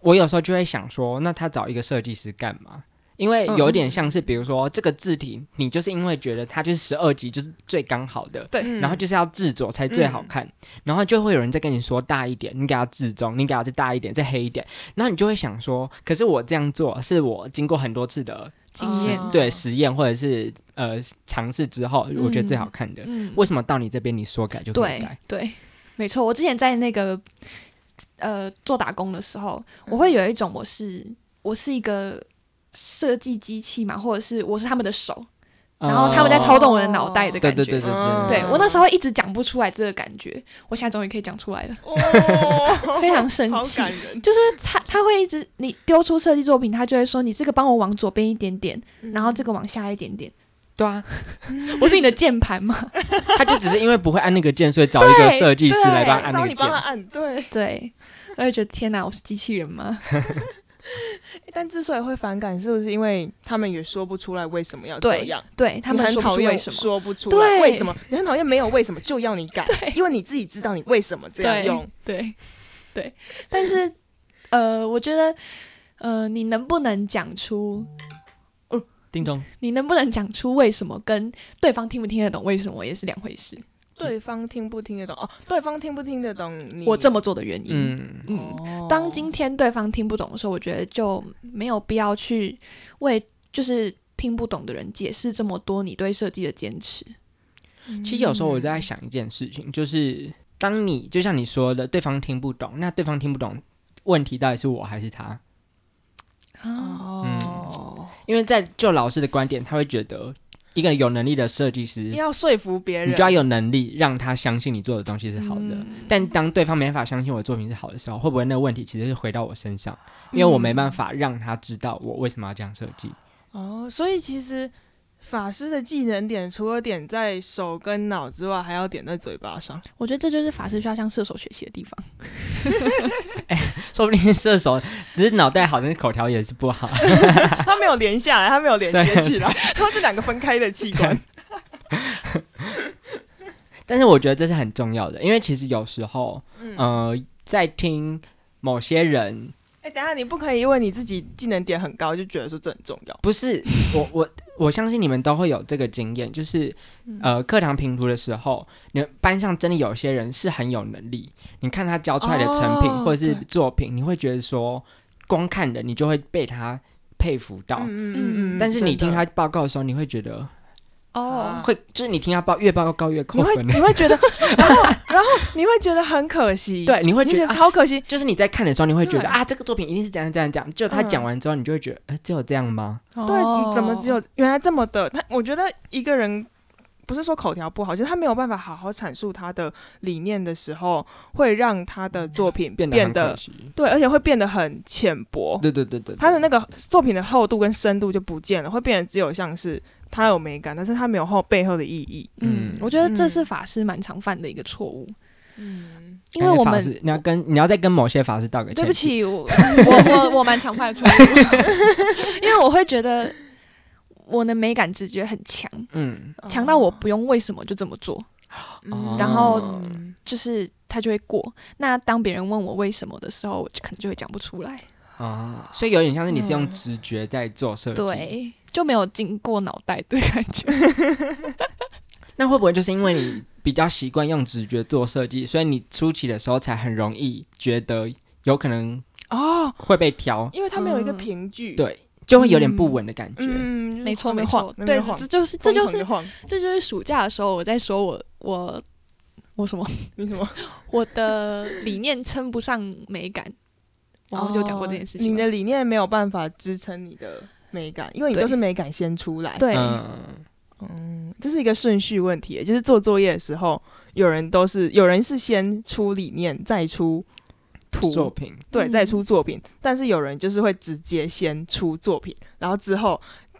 我有时候就会想说，那他找一个设计师干嘛？因为嗯有点像是，比如说这个字体，你就是因为觉得它就是十二级就是最刚好的，对然后就是要制作才最好嗯看，然后就会有人再跟你说大一点，你给它制中，你给它再大一点，再黑一点，然后你就会想说，可是我这样做是我经过很多次的经哦验实对实验或者是呃尝试之后，我觉得最好看的，嗯，为什么到你这边你说改就可对以改？对，没错。我之前在那个呃做打工的时候，嗯我会有一种我是我是一个设计机器嘛，或者是我是他们的手，啊然后他们在哦操纵我的脑袋的对感觉。对对对嗯对我那时候一直讲不出来这个感觉，我现在终于可以讲出 <laughs> 来了，哦非常生好气。感人。就是他他会一直你丢出设计作品，他就会说你这个帮我往左边一点点，嗯然后这个往下一点点。对啊，我是你的键盘吗？ <laughs> 他就只是因为不会按那个键，所以找一个对设计师来帮他按找那你个帮他键。按对，对，我就觉得天哪，我是机器人吗？哎但之所以会反感，是不是因为他们也说不出来为什么要这对样？对他们你说很不讨出厌为什么。说不出来对为什么，你很讨厌没有为什么就要你改，因为你自己知道你为什么这样对用。对对，但是呃，我觉得呃，你能不能讲出 <laughs> 叮咚，你能不能讲出为什么，跟对方听不听得懂为什么也是两回事。对方听不听得懂哦？对方听不听得懂你？我这么做的原因，嗯，嗯哦当今天对方听不懂的时候，我觉得就没有必要去为就是听不懂的人解释这么多你对设计的坚持。其实有时候我就在想一件事情，就是当你就像你说的，对方听不懂，那对方听不懂，问题到底是我还是他？啊，嗯哦，因为在就老师的观点，他会觉得一个有能力的设计师，你要说服别人，你就要有能力让他相信你做的东西是好的。嗯但当对方没法相信我的作品是好的时候，会不会那个问题其实是回到我身上？因为我没嗯嗯办法让他知道我为什么要这样设计。哦，所以其实法师的技能点除了点在手跟脑之外，还要点在嘴巴 <laughs> 上。我觉得这就是法师需要向射手学习的地方。说不定射手只是脑袋好，但是口条也是不好。 <laughs> 他没有连下来，他没有连接对起来，他是两个分开的器官。但是我觉得这是很重要的，因为其实有时候，嗯呃，在听某些人哎、等一下你不可以因为你自己技能点很高就觉得说这很重要。不是我我我相信你们都会有这个经验，就是嗯呃课堂评图的时候，你班上真的有些人是很有能力，你看他教出来的成品、哦或者是对作品，你会觉得说光看了你就会被他佩服到，嗯嗯但是你听，他真的报告的时候，你会觉得啊会就是你听他报越报告越你扣会分你的，会觉得，然后然后你会觉得很可惜，， <laughs> 对，你会你会觉觉得。得啊超可惜。就是你在看的时候，你会觉得对啊，这个作品一定是这样这样这样。就他嗯讲完之后，你就会觉得，呃，只有这样吗？对，你怎么哦只有原来这么的？他我觉得一个人不是说口条不好，就是他没有办法好好阐述他的理念的时候，会让他的作品变变得很可惜。对，而且会变得很浅薄。对对对对，对他的那个作品的厚度跟深度就不见了，会变得只有像是他有美感，但是他没有后背后的意义。嗯嗯，我觉得这是法师蛮常犯的一个错误，嗯，因为我感觉法们师你要跟你要再跟某些法师道个歉。对不，起， <laughs> 我我我我蛮常犯的错误， <laughs> 因为我会觉得我的美感直觉很强，嗯，强到我哦不用为什么就这么做，哦嗯然后嗯就是它就会过。那当别人问我为什么的时候，我就可能就会讲不出来，啊，所以有点像是你是用嗯直觉在做呃设计。，对，就没有经过脑袋的感觉。那会不会就是因为你比较习惯用直觉做设计，所以你初期的时候才很容易觉得有可能哦，会被挑，因为他没有一个嗯凭据，对就会有点不稳的感觉。嗯，没错，没没错，对，这就是这就是晃，这就是暑假的时候我在说我我我 <laughs> 什么你什么？我的理念称不上美感，我好像就讲过这件事情哦你吧。的理念没有办法支撑你的美感，因为你对都是美感先出来。，对、嗯，嗯，这是一个顺序问题，就是做作业的时候，有人都是有人是先出理念，再出作图，品对，嗯再出作品。但是有人就是会直接先出作品，然后之后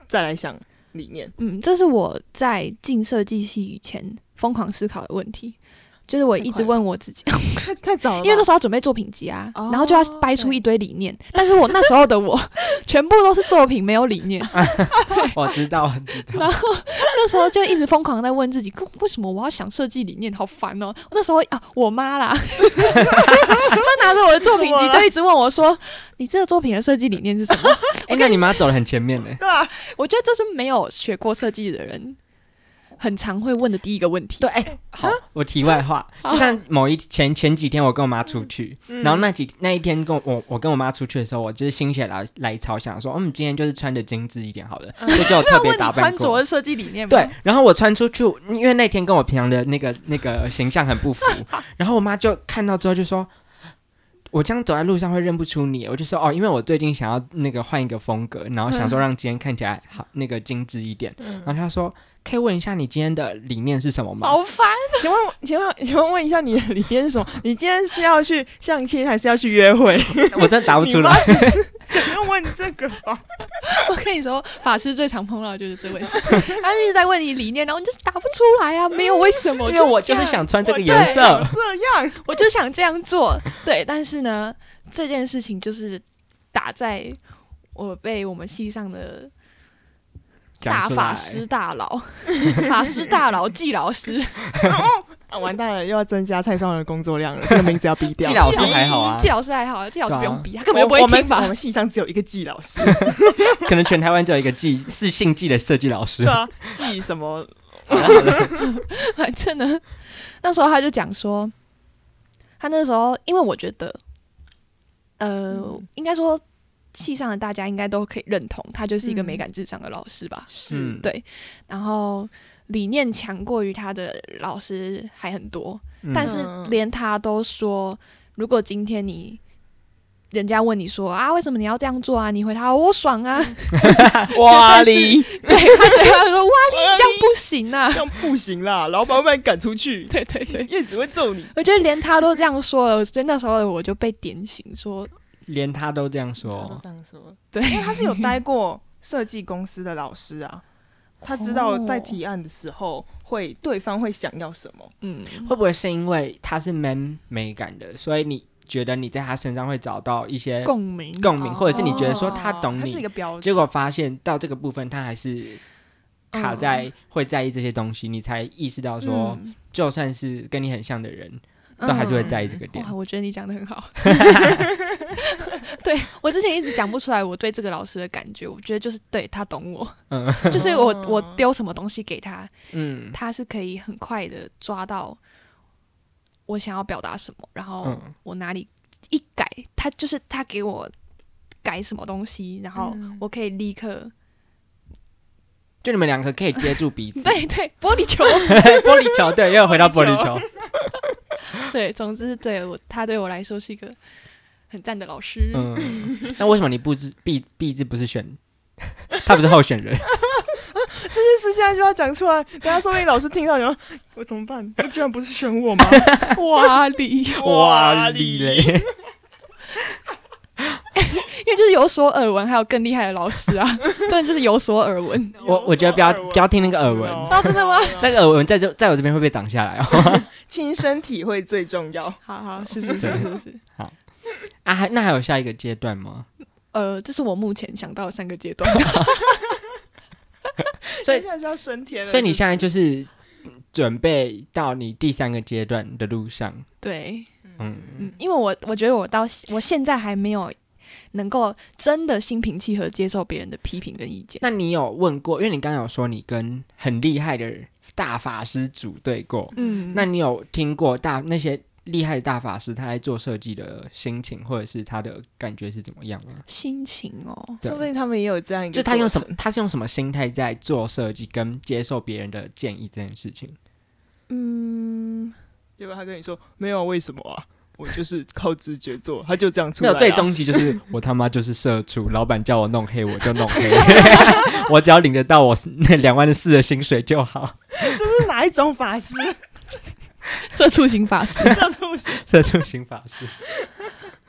再来想理念。 <laughs> 嗯，这是我在进设计系以前疯狂思考的问题，就是我一直问我自己，太太早了吧，因为那时候要准备作品集啊，哦然后就要掰出一堆理念，但是我 <laughs> 那时候的我全部都是作品，没有理念， <laughs> 我知道，我知道。哎然后那时候就一直疯狂在问自己，为什么我要想设计理念？好烦哦！我那时候啊，我妈啦，她拿着我的作品集就一直问我说：“你这个作品的设计理念是什么哎、那你妈走的很前面呢、？”我觉得这是没有学过设计的人很常会问的第一个问题。对，哎、好，啊我题外话，就像某一前前几天我跟我妈出去，嗯然后那几那一天跟我我我跟我妈出去的时候，我就是心血来来潮，想说，嗯，今天就是穿的精致一点好了，所以就有特嗯别问打 <laughs> 你扮穿过着。的设计理念吗？对，然后我穿出去，因为那天跟我平常的那个那个呃形象很 <laughs> 不符，然后我妈就看到之后就说。我这样走在路上会认不出你，我就说哦，因为我最近想要那个换一个风格，然后嗯想说让今天看起来好那个精致一点，然后她说可以问一下你今天的理念是什么吗？好烦，请问，请问，请问问一下你的理念是什么？你今天是要去相亲还是要去约会？ <laughs> 我真的答不你出妈来。只是想要问这个吧？我跟你说，法师最常碰到的就是 <laughs> 这个问题，他一直在问你理念，然后你就是答不出来啊，没有为什么， <laughs> 因为我这 <laughs> 就是啊样想穿这我个颜对色，这样，我就想这样做。对，但是呢，这件事情就是打在我被我们系上的大讲出法来。师大佬、法师大佬季老师， <laughs> 啊，完蛋了，又要增加蔡双人的工作量了，这个名字要逼掉。 <laughs> 季老师还好啊季，老师还好，季老师对啊不用比，他根本就不会我们听吧我？们系上只有一个季老 <laughs> 师，可能全台湾只有一个季是姓季的设计老师对。啊，季什 <laughs> 么？反正呢， <laughs> 那时候他就讲说，他那时候因为我觉得，呃，应该说系上的大家应该都可以认同，他就是一个美嗯感至上的老师吧。嗯，对然后理念强过于他的老师还很多，嗯但是嗯连他都说，如果今天你人家问你说啊，为什么你要这样做啊？你回他我爽啊，哇就算是哩，对他觉得他说哇，哇你这样不行啊啊这，样不行啦，老板会把你赶出 <laughs> 去，对对对。叶子会揍你。我觉得连他都这样说了，所以那时候我就被点醒说，连他都这样他都说，这样 <laughs> 说，对因为他是有待过设计公司的老师啊，他知道在哦提案的时候会对方会想要什么。嗯，会不会是因为他是 man 美感的，所以你觉得你在他身上会找到一些共鸣，呃共鸣，或者是你觉得说哦他懂他是一你，个标准，结果发现到这个部分他还是卡在会在意这些东西，你才意识到说，嗯就算是跟你很像的人，都还是会在意这个点哇，。我觉得你讲的很 <laughs> 好。对我之前一直讲不出来我对这个老师的感觉，我觉得就是对他懂我，嗯 <laughs> 就是我哦我丢什么东西给他，嗯他是可以很快的抓到我想要表达什么，然后嗯我哪里一改，他就是他给我改什么东西，然后嗯我可以立刻就你们两个可以接住彼此。对对玻璃 <laughs> 球，玻璃球，对，又回到玻璃球。对，总之对我他对我来说是一个很赞的老师。嗯，那为什么你不知必必志不是选？ <laughs> 他不是候选人，这件事现在就要讲出来，等下说不 <laughs> 定老师听到然后我怎么办？他居然不是选我吗？哇哩，哇你嘞！因为就是有所耳闻，还有更厉害的老师 <laughs> 啊，真的就是有所耳闻。 <laughs> 我我觉得不要不要听那个耳闻， No 哦，真的吗？那个耳闻在这在我这边会被挡下来哦。亲身体会最重要。 <laughs> 好好，是是是是是。啊，还那还有下一个阶段吗？呃，这是我目前想到的三个阶 <laughs> 段。所以现在是要升天了，所以你现在是就是准备到你第三个阶段的路上，对，嗯，嗯，因为我我觉得我到我现在还没有能够真的心平气和接受别人的批评跟意见。那你有问过？因为你刚刚有说你跟很厉害的大法师组队过，嗯，那你有听过大那些厉害的大法师他在做设计的心情，或者是他的感觉是怎么样吗？心情哦，不是，说不定他们也有这样一个，就他用什么，？他是用什么心态在做设计跟接受别人的建议这件事情？嗯，结果他跟你说没有，为什么啊？我就是靠直觉做，他就这样出没来啊。有，最终极就是 <laughs> 我他妈就是社畜，老板叫我弄黑我就弄 <laughs> 黑， <laughs> 我只要领得到我那两万四的薪水就好。这是哪一种法 <laughs> 师？ <laughs> 社畜型法师，这出社畜型法 <laughs> 师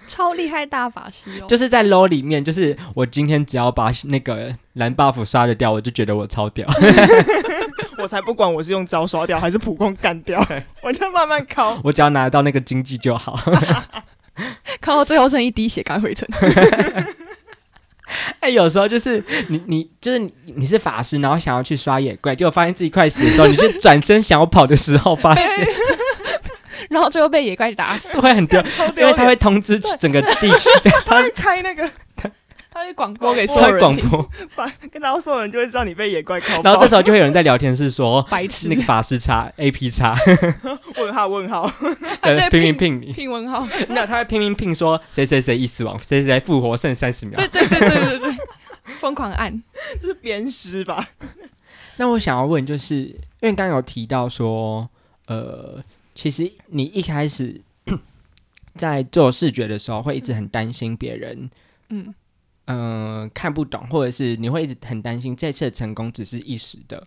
超厉害大法师哦，就是在 low 里面，就是我今天只要把那个蓝 buff 刷得掉，我就觉得我超屌。 <laughs> 我才不管我是用招刷掉还是普攻干掉，我就慢慢敲。我只要拿得到那个经济就好。看到最后剩一滴血，赶快回城。 <laughs> 哎，有时候就是你你就是你你是法师，然后想要去刷野怪，结果发现自己快死的时候，你是转身想要跑的时 <laughs> 候，发现然后最后被野怪打死，会很丢，因为他会通知整个地区，他开那个，他会广播给所他有会广人听， <laughs> 播，然后所有人就会知道你被野怪靠爆。然后这时候就会有人在聊天室说。白痴那，个法师叉 A P 叉，问号问号， <laughs> 他就会呃 <laughs> 拼命拼拼你，拼问号，没有，他会拼命拼说谁谁谁已死亡，谁谁谁复活剩三十秒 <laughs> 对。对对对对对， <laughs> 疯狂按，这是鞭尸吧？那我想要问，就是因为刚刚有提到说，呃，其实你一开始在做视觉的时候，会一直很担心别人，嗯，嗯、看不懂，或者是你会一直很担心这次的成功只是一时的。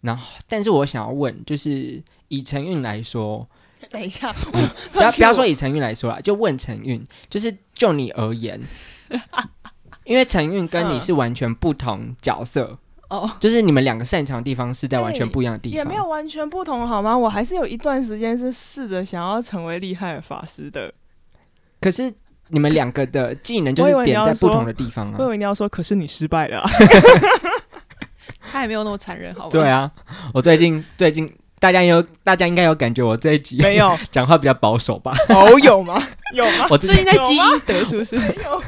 然后，但是我想要问，就是以承运来说，等一下，不要不要说以陈韵来说啦，就问陈韵，就是就你而言，因为陈韵跟你是完全不同角色，哦，就是你们两个擅长的地方是在完全不一样的地也方。没有完全不同好吗？我还是有一段时间是试着想要成为厉害的法师的。可是你们两个的技能就是点在不同的地方我以啊。为你要说，可是你失败 <laughs> 了啊、他也没有那么残忍，好吧？对，啊，我最近最近大家有大家应该有感觉，我这一集没有，讲话比较保守 <laughs> 吧。哦，有吗？有 <laughs> 吗？我最近在有吗积阴德是不是？没有。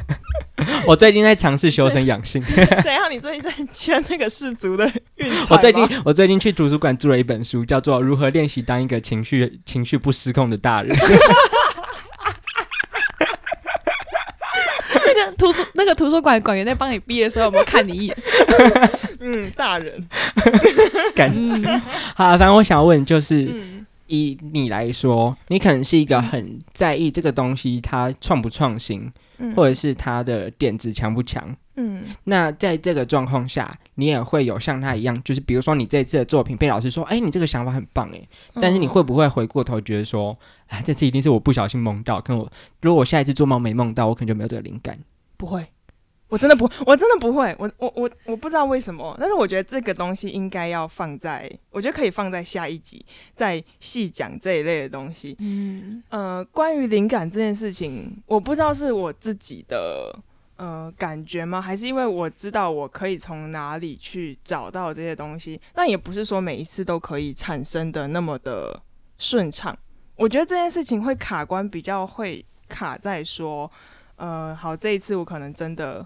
我最近在尝试修身养性。怎样？你最近在签那个氏族的运彩吗？我最近我最近去图书馆租了一本书，叫做《如何练习当一个情绪情绪不失控的大人》。 <laughs> <laughs> 那个图书那个图书馆馆员在帮你逼的时候，有没有看你一眼？嗯，大人，感嗯，好啊，反正我想问就是。嗯，以你来说，你可能是一个很在意这个东西它创不创新，嗯或者是它的点子强不强。嗯那在这个状况下，你也会有像他一样，就是比如说你这次的作品被老师说，哎、你这个想法很棒，哎， <laughs> 嗯但是你会不会回过头觉得说，啊，这次一定是我不小心梦到，跟我如果我下一次做梦没梦到，我可能就没有这个灵感。不会？我真的不，我真的不会，我我我我不知道为什么，但是我觉得这个东西应该要放在，我觉得可以放在下一集再细讲这一类的东西。嗯，呃，关于灵感这件事情，我不知道是我自己的呃感觉吗？还是因为我知道我可以从哪里去找到这些东西？但也不是说每一次都可以产生的那么的顺畅。我觉得这件事情会卡关，比较会卡在说，呃，好，这一次我可能真的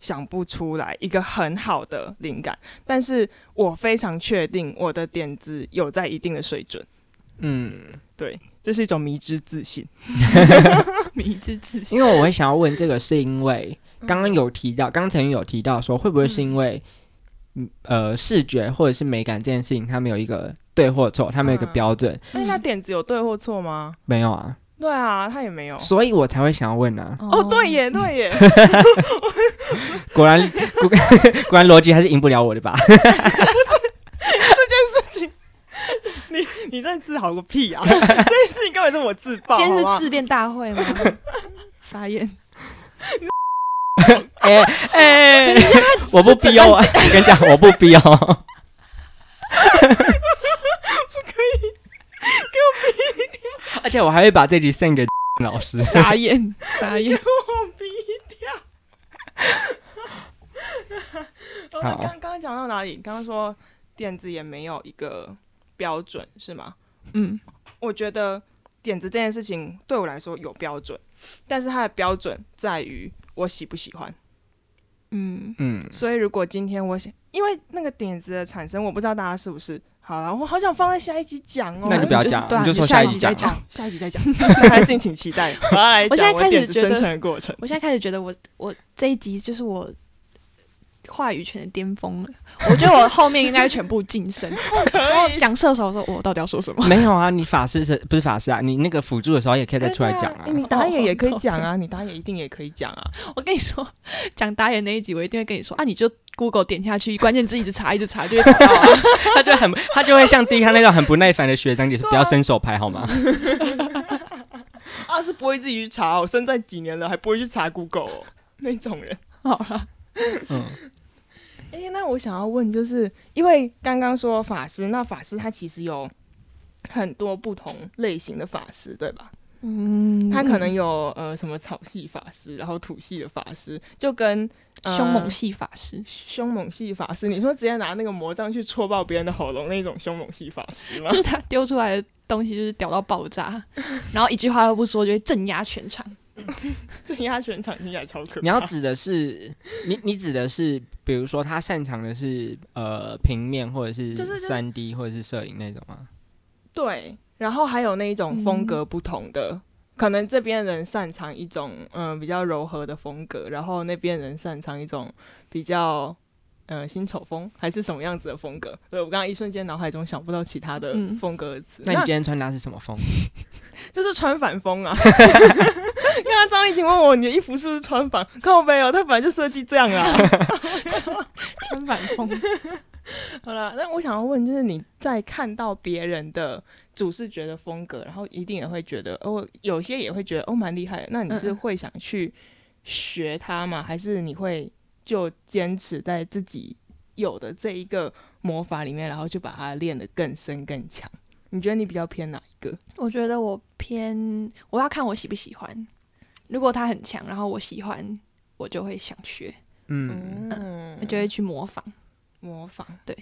想不出来一个很好的灵感，但是我非常确定我的点子有在一定的水准。嗯，对，这是一种迷之自信。迷之自信，因为我会想要问这个，是因为刚刚有提到，刚刚陈宇有提到说，会不会是因为，嗯呃，视觉或者是美感这件事情，他们有一个对或错，他们有一个嗯标准，那他点子有对或错吗？没有啊，对啊，他也没有。所以我才会想要问啊。哦，对，耶，对耶， <laughs> 果然，果 <laughs> 果然逻辑还是赢不了我的吧？你你在自豪个屁啊！这件事情根本是我自啊爆，今好天吗是？自恋大 <laughs> 会吗？傻眼，哎哎，我不逼哦， <laughs> 我跟你讲，我不逼哦。不可以，给我逼！而且我还会把这集送给老师。傻眼，傻眼，我逼掉。哦那好刚刚刚讲到哪里？刚刚说点子也没有一个标准是吗？嗯，我觉得点子这件事情对我来说有标准，但是它的标准在于我喜不喜欢。嗯， <laughs> 嗯，所以如果今天我想，因为那个点子的产生，我不知道大家是不是好了，我好想放在下一集讲哦。那你不要就是讲对啊你就说下下一集集再讲讲。好，下一集再 <laughs> 讲，大家敬请期 <laughs> 待。我要来我现讲在我开始点子觉得生成的过程。我现在开始觉得我，我这一集就是我话语权的巅峰了。我觉得我后面应该全部晋 <laughs> 升。 <laughs> 哦可以讲射手的时候，我到底要说什么？没有啊，你法师是不是法师啊？你那个辅助的时候也可以再出来讲啊哎。你打野也可以讲 <laughs> 啊，你打野一定也可以讲啊。 <laughs> 我跟你说，讲打野那一集，我一定会跟你说啊，你就 Google 点下去，关键字一直查，一直查，就会找到、 <laughs> 啊。他就很他就会像 D 康那种很不耐烦的学长姐说：“不要伸手牌好吗啊，是不会自己去查哦，我生在几年了还不会去查 Google 哦，那种人。好了，？”嗯，哎、那我想要问，就是因为刚刚说法师，那法师他其实有很多不同类型的法师，对吧？嗯，他可能有呃什么草系法师，然后土系的法师，就跟、呃凶猛系法师，凶猛系法师， <laughs> 你说直接拿那个魔杖去戳爆别人的喉咙那种凶猛系法师吗 <laughs> <laughs> 就？是他丢出来的东西就是屌到爆炸，然后一句话都不说，就会镇压全场。这压全场听起来 <laughs> 超可怕。你要指的是你，你指的是，比如说他擅长的是呃平面或者是就是就是三 D 或者是摄影那种吗？对，然后还有那一种风嗯格不同的，可能这边人擅长一种嗯、呃比较柔和的风格，然后那边人擅长一种比较呃新丑风还是什么样子的风格。对我刚刚一瞬间脑海中想不到其他的嗯风格的词，那你今天穿搭是什么风？就是穿反风 <laughs> 啊！刚刚张丽琴问我你的衣服是不是穿反，靠背哦，他本来就设计这样啊。穿反风，好了，那我想要问，就是你在看到别人的主视觉的风格，然后一定也会觉得，哦，有些也会觉得哦蛮厉害的。那你嗯是嗯会想去学他吗？还是你会就坚持在自己有的这一个魔法里面，然后就把它练得更深更强？你觉得你比较偏哪一个？我觉得我偏，我要看我喜不喜欢。如果他很强，然后我喜欢，我就会想学，嗯，嗯我就会去模仿。模仿。对，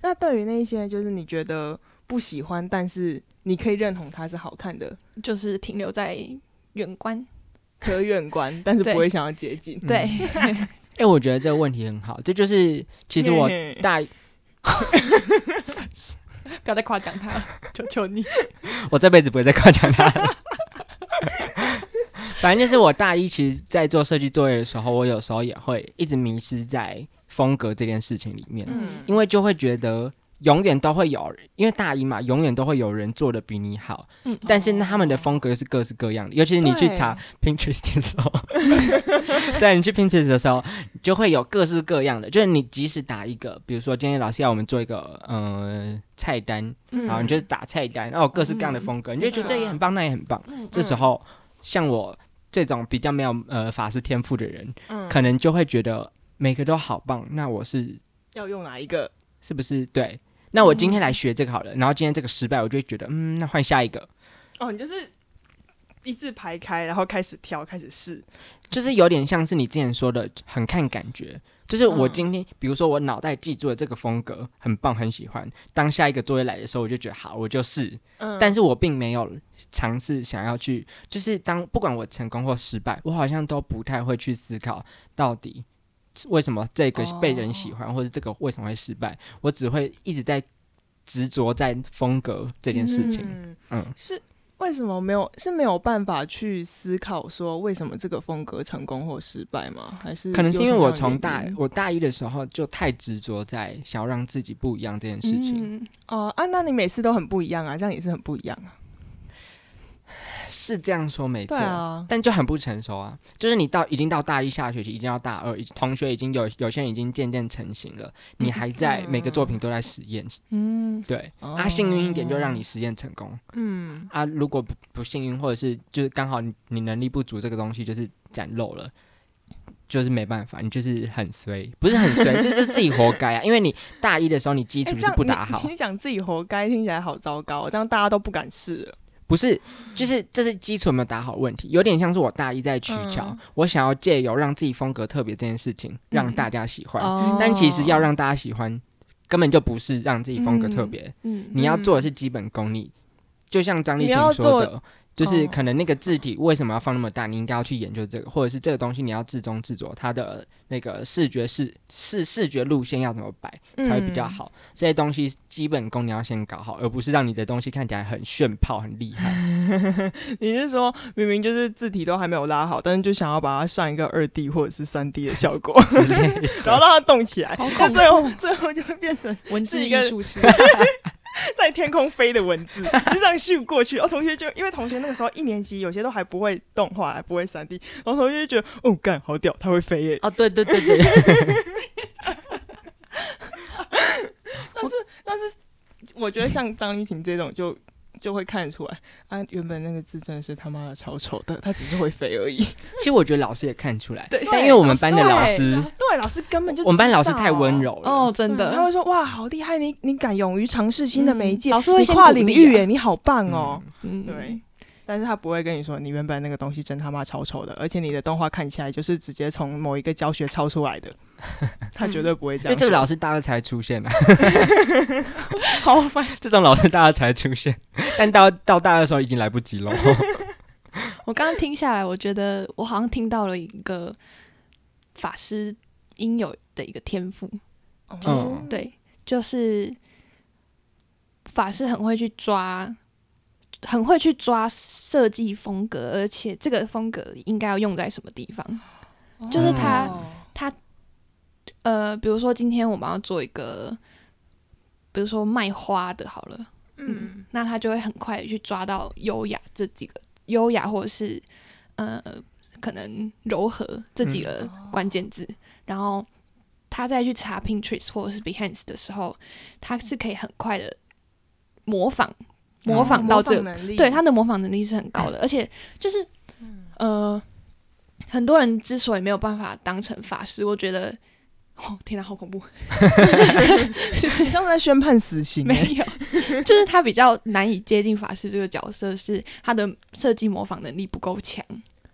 那对于那些就是你觉得不喜欢，但是你可以认同它是好看的，就是停留在远观。可远观，但是对不会想要接近。嗯对， <laughs> 哎、我觉得这个问题很好，这就是其实我嗯大不要再夸奖他了， <laughs> 求求 <laughs> 你。我这辈子不会再夸奖他 <laughs> 了。反正就是我大一，其实在做设计作业的时候，我有时候也会一直迷失在风格这件事情里面，嗯因为就会觉得永远都会有，因为大一嘛，永远都会有人做的比你好，嗯但是他们的风格是各式各样的。尤其是你去对查 Pinterest <laughs> 的时候， <laughs> 对，你去 Pinterest 的时候，就会有各式各样的。就是你即使打一个，比如说今天老师要我们做一个嗯、呃菜单，嗯然后你就是打菜单，然后有各式各样的风格，你就觉得没错这也很棒，那也很棒。嗯这时候，像我这种比较没有呃法师天赋的人，嗯可能就会觉得每个都好棒，那我是要用哪一个？是不是对？那我今天来学这个好了，然后今天这个失败，我就会觉得嗯，那换下一个，哦，你就是一字排开，然后开始挑，开始试。就是有点像是你之前说的，很看感觉。就是我嗯今天，比如说我脑袋记住了这个风格，很棒，很喜欢。当下一个作业来的时候，我就觉得好，我就试。嗯但是我并没有尝试想要去，就是当不管我成功或失败，我好像都不太会去思考到底为什么这个哦被人喜欢，或者这个为什么会失败，我只会一直在执着在风格这件事情。嗯嗯是为什么没有是没有办法去思考说为什么这个风格成功或失败吗？还是可能是因为嗯有什嗯么我样的从大原因我大一的时候就太执着在想要让自己不一样这件事情，嗯哦啊，那你每次都很不一样啊，这样也是很不一样啊。 <laughs> 是这样说没错对。啊，但就很不成熟啊，就是你到已经到大一下学期，已经到大二，已同学已经有有些人已经渐渐成型了，嗯你还在每个作品都在实验，嗯，对，啊，哦幸运一点就让你实验成功嗯，啊，如果不不幸运，或者是就是刚好你你能力不足，这个东西就是展露了。就是没办法，你就是很衰，不是很衰，就是自己活该啊！因为你大一的时候，你基哎础这是样不打好，你你讲自己活该，听起来好糟糕哦，这样大家都不敢试了。不是，就是这是基础有没有打好问题，有点像是我大一在取巧，嗯我想要借由让自己风格特别这件事情，让大家喜欢，哦但其实要让大家喜欢，根本就不是让自己风格特别，嗯你要做的是基本功，你就像张丽你琴要说的做，就是哦可能那个字体为什么要放那么大，你应该要去研究这个，或者是这个东西你要自中自着，它的那个视觉视视视觉路线要怎么摆才会比较嗯好。这些东西基本功你要先搞好，而不是让你的东西看起来很炫炮、很厉害。你是说明明就是字体都还没有拉好，但是就想要把它上一个二 D 或者是三 D 的效果， <laughs> 然后让它动起 <laughs> 来好，那恐最后最后就会变成文是字一艺个术 <laughs> 师，在天空飞的文字，就这样咻过去。然后哦同学就因为同学那个时候一年级有些都还不会动画，还不会三 D，然后同学就觉得哦干好屌，他会飞耶、哦，对对对对， <laughs> 我觉得像张丽婷这种就。就会看出来啊，原本那个字真的是他妈的超丑的，他只是会飞而已。其实我觉得老师也看出来，对但因为我们老师班的老对师， <laughs> 对，老师根本就我们班老师知道啊太温柔了。哦，真嗯他的会说哇，好厉害，你你敢勇于尝试新的媒介，嗯老师会你先跨鼓领励域嗯啊嗯耶，你好棒哦。嗯对，但是他不会跟你说你原本那个东西真他妈超丑的，而且你的动画看起来就是直接从某一个教学抄出来 <laughs> 的，他绝对不会这样说。因为这个 <laughs> 老师大二才出现啊， <laughs> 好烦。这种老师大二才出现， <laughs> 但到到大二的时候已经来不 <laughs> 及了。我刚刚听下来，我觉得我好像听到了一个法师应有的一个天赋，嗯对，就是法师很会去抓，很会去抓设计风格，而且这个风格应该要用在什么地方。就是他哦呃，比如说今天我们要做一个，比如说卖花的，好了，嗯那他就会很快地去抓到优雅这几个优雅，或者是呃，可能柔和这几个关键字，然后他再去查 Pinterest 或者是 Behance 的时候，他是可以很快的模仿嗯模仿到这个，能力嗯对他的模仿能力是很高的，而且就是呃，很多人之所以没有办法当成法师，我觉得。哦，天哪，好 <laughs> 恐怖！就是你像在宣判死刑、没欸，有，就是他比较难以接近法师这个角色，是他的设计模仿能力不够强。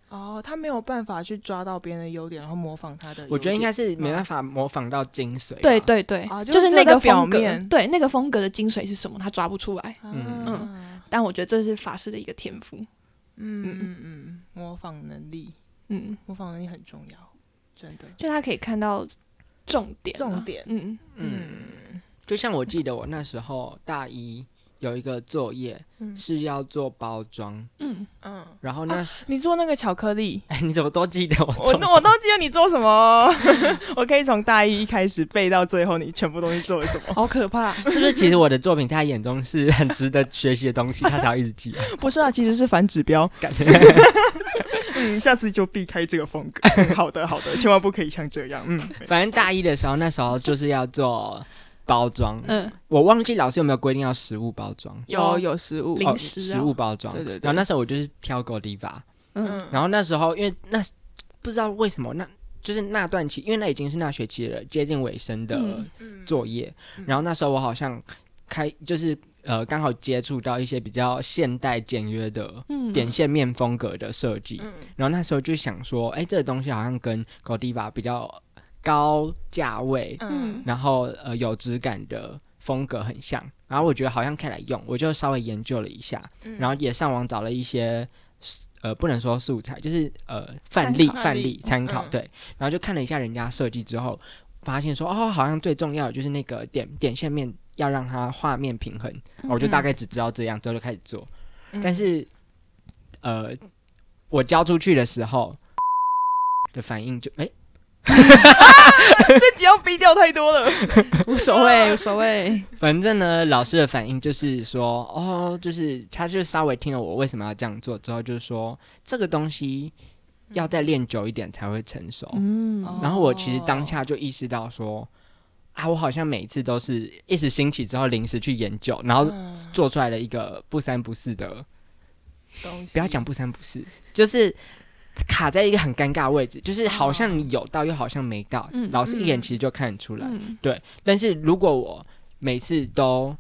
哦，他没有办法去抓到别人的优点，然后模仿他的优点。我觉得应该是没办法模仿到精髓啊。对对对，啊就就是是只那有在个表风格面，对那个风格的精髓是什么，他抓不出来。嗯嗯但我觉得这是法师的一个天赋。嗯嗯嗯，模仿能力，嗯，模仿能力很重要，真的。就他可以看到重点、重点嗯，嗯，就像我记得我那时候大一有一个作业嗯是要做包装，嗯，然后那你做那个巧克 <laughs> 力，哎你怎么都记得我啊我做？我都记得你做什么， <laughs> 我可以从大一开始背到最后，你全部东西做了 <laughs> 什么？好可怕。 <laughs> 是不是其实我的作品在他眼中是很值得学习的东西，他才要一直记啊？ <laughs> 不是啊，其实是反指标，感嗯，下次就避开这个风格。 <laughs> 嗯好的，好的，千万不可以像这样，嗯，反正大一的时候，那时候就是要做包装，嗯，我忘记老师有没有规定要食物包装，有有食物零哦，食食啊物包装。对对对然后那时候我就是挑 Godiva，嗯然后那时候因为那不知道为什么那。就是那段期，因为那已经是那学期了，接近尾声的嗯作业。嗯然后那时候我好像开，就是呃，刚好接触到一些比较现代简约的嗯，点线面风格的设计。嗯然后那时候就想说，哎、这个东西好像跟 Godiva 比较高价位，嗯然后呃有质感的风格很像，然后我觉得好像可以来用，我就稍微研究了一下，嗯然后也上网找了一些呃不能说素材，就是呃范例参考范例参考、嗯对，然后就看了一下人家设计之后，发现说哦好像最重要的就是那个点点线面要让它画面平衡，哦我就大概只知道这样，之后就开始做，但是呃我交出去的时候的反应就哎。这集要逼掉太多了，无所谓，无所 <laughs> 谓。反正呢，老师的反应就是说，哦，就是他就稍微听了我为什么要这样做之后，就是说这个东西要再练久一点才会成熟。嗯哦然后我其实当下就意识到说，啊，我好像每次都是一时兴起之后临时去研究，嗯然后嗯做出来了一个不三不四的，不要讲不三不四，就是。卡在一个很尴尬的位置，就是好像你有到，又好像没到。嗯老师一眼嗯其实就看得出来。嗯但是如果我每次都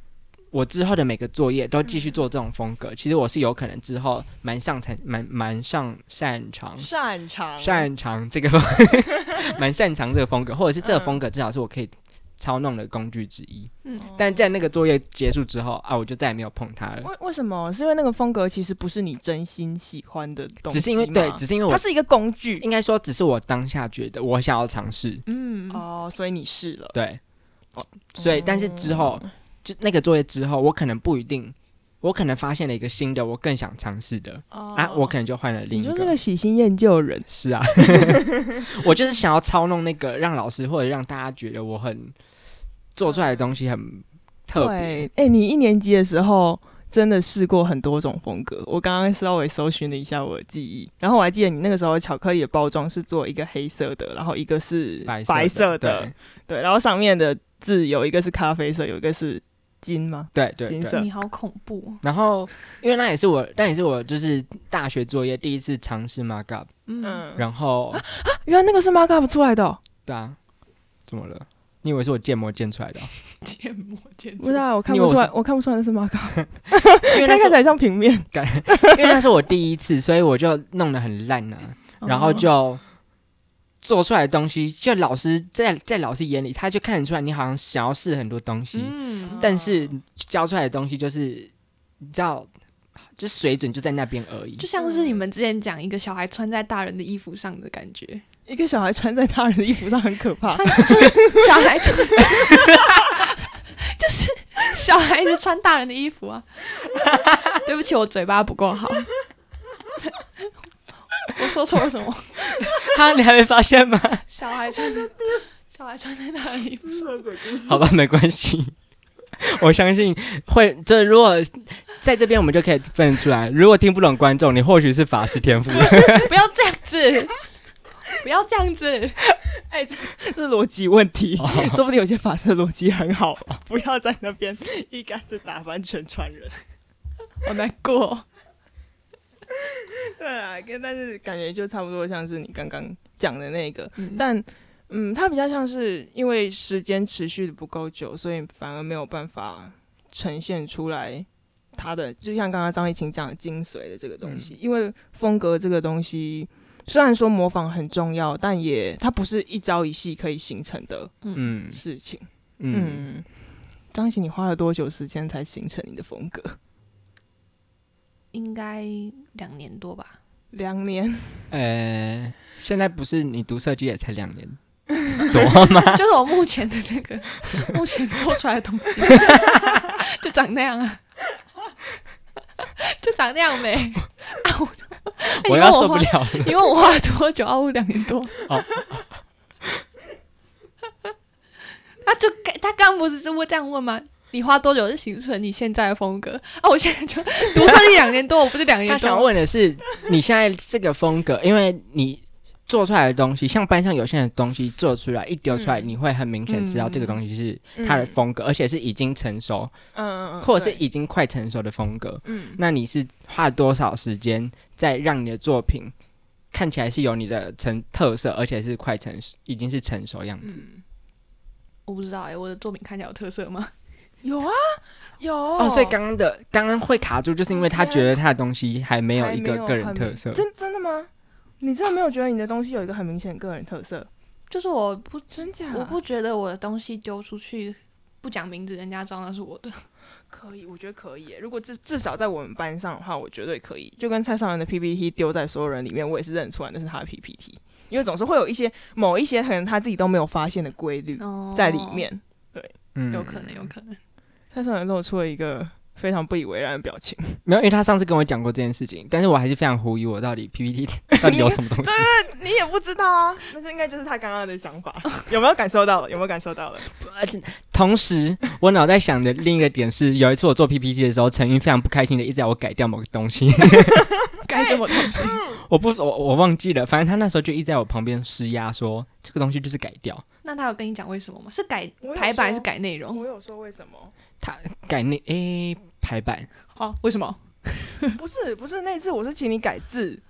我之后的每个作业都继续做这种风格，其实我是有可能之后蛮上才蛮蛮上擅长擅长擅长这个风 <laughs> 蛮擅长这个风格，或者是这个风格至少是我可以操弄的工具之一。哦嗯，但在那个作业结束之后啊，我就再也没有碰它了，为为什么？是因为那个风格其实不是你真心喜欢的东西吗，只是因为对，只是因为它我是一个工具应该说只是我当下觉得我想要尝试，嗯，哦，所以你试了，哦对，所以但是之后嗯就那个作业之后，我可能不一定。我可能发现了一个新的，我更想尝试的，哦啊，我可能就换了另你一就是个个。喜新厌旧的人，是啊， <laughs> 我就是想要操弄那个，让老师或者让大家觉得我很做出来的东西很特别。对，哎、你一年级的时候真的试过很多种风格。我刚刚稍微搜寻了一下我的记忆，然后我还记得你那个时候巧克力的包装是做一个黑色的，然后一个是白色白色色的，对，然后上面的字有一个是咖啡色，有一个是金吗？对对金对色对。你好恐怖。哦然后，因为那也是我，那也是我就是大学作业第一次尝试 mark up，嗯，嗯，然后原来那个是 markup 出来的哦、对啊，怎么了？你以为是我建模建出来的哦、建嗯 <laughs> 模建不知道，我看因不为出我来是，我看不出来那是马卡， <laughs> 因为那它 <laughs> 看时起候来像平面。因为那是我第一次，所以我就弄得很烂呐、然后就做出来的东西，就老师在在老师眼里，他就看得出来你好像想要试很多东西，嗯但是教出来的东西就是你知道，就水准就在那边而已就。像是你们之前讲一个小孩穿在大人的衣服上的感觉，一个小孩穿在大人的衣服上很可怕，小孩穿 <laughs> 就是小孩子穿大人的衣服 <laughs> 啊。对不起，我嘴巴不够 <laughs> 好，我说错了什么？哈，你还没发现吗？ <laughs> 小孩 <laughs> 穿在小孩穿在大人的衣服上，好吧，没关系。我相信会，这如果在这边我们就可以分得出来。如果听不懂观众，你或许是法师天赋，不要这样子， <laughs> 不要这样子。哎，这 <laughs> 这逻辑问题， <laughs> 说不定有些法师的逻辑很好，不要在那边一竿子打翻全船人。 <laughs> 好难过。对啊，跟但是感觉就差不多像是你刚刚讲的那个，嗯但嗯，它比较像是因为时间持续的不够久，所以反而没有办法呈现出来它的，就像刚刚张艺勤讲的精髓的这个东西。因为风格这个东西，虽然说模仿很重要，但也它不是一朝一夕可以形成的嗯事情。嗯，嗯，张艺勤，你花了多久时间才形成你的风格？ <laughs> 应该两年多吧。 <laughs> 两年，呃，现在不是你读设计也才两年，就是我目前的那个，目前做出来的东西， <laughs> 就长那样啊， <laughs> 就长那样呗。啊，我哎 <laughs> 我你问要我受不花了了。因为我花了多久啊？我两年多。 <laughs> 哦他啊就该他刚不是就会这样问吗？你花多久就形成你现在的风格？啊，我现在就 <laughs> 读设计两年多，我不是两他年想多。问的是，你现在这个风格，因为你做出来的东西，像班上有些人的东西做出来一丢出来，嗯你会很明显知道这个东西是 <laughs> 他的风格，而且是已经成熟，嗯，嗯或者是已经快成熟的风格。嗯那你是花多少时间在让你的作品看起来是有你的成特色，而且是快成熟，已经是成熟样子？嗯，我不知道哎、我的作品看起来有特色吗？有啊，有哦，所以刚刚的刚刚会卡住，就是因为他觉得他的东西还没有哦还一没个有个人很特明色。真真的吗？你真的没有觉得你的东西有一个很明显的个人特色？就是我不真假？我不觉得我的东西丢出去不讲名字，人家知道那是我的。可以，我觉得可以耶。如果至至少在我们班上的话，我绝对可以。就跟蔡少元的 PPT 丢在所有人里面，我也是认出来那是他的 PPT，因为总是会有一些某一些可能他自己都没有发现的规律哦在里，面。嗯有可能，有可能。蔡少元露出了一个非常不以为然的表情。没有，因为他上次跟我讲过这件事情，但是我还是非常狐疑我到底 PPT 到底有什么东西。你也不知道啊， <laughs> 那是应该就是他刚刚的想法， <laughs> 有没有感受到了？有没有感受到了？同时，我脑袋想的另一个点是，有一次我做 PPT 的时候，陈云非常不开心的一直要我改掉某个东西， <laughs> 干什么东西？ <laughs> 我不我我忘记了，反正他那时候就一直在我旁边施压说这个东西就是改掉，那他有跟你讲为什么吗？是改我有排版还说是改内容？我有说为什么？ <laughs> 改那诶、排版哦，为什么？不是不是那次，我是请你改字。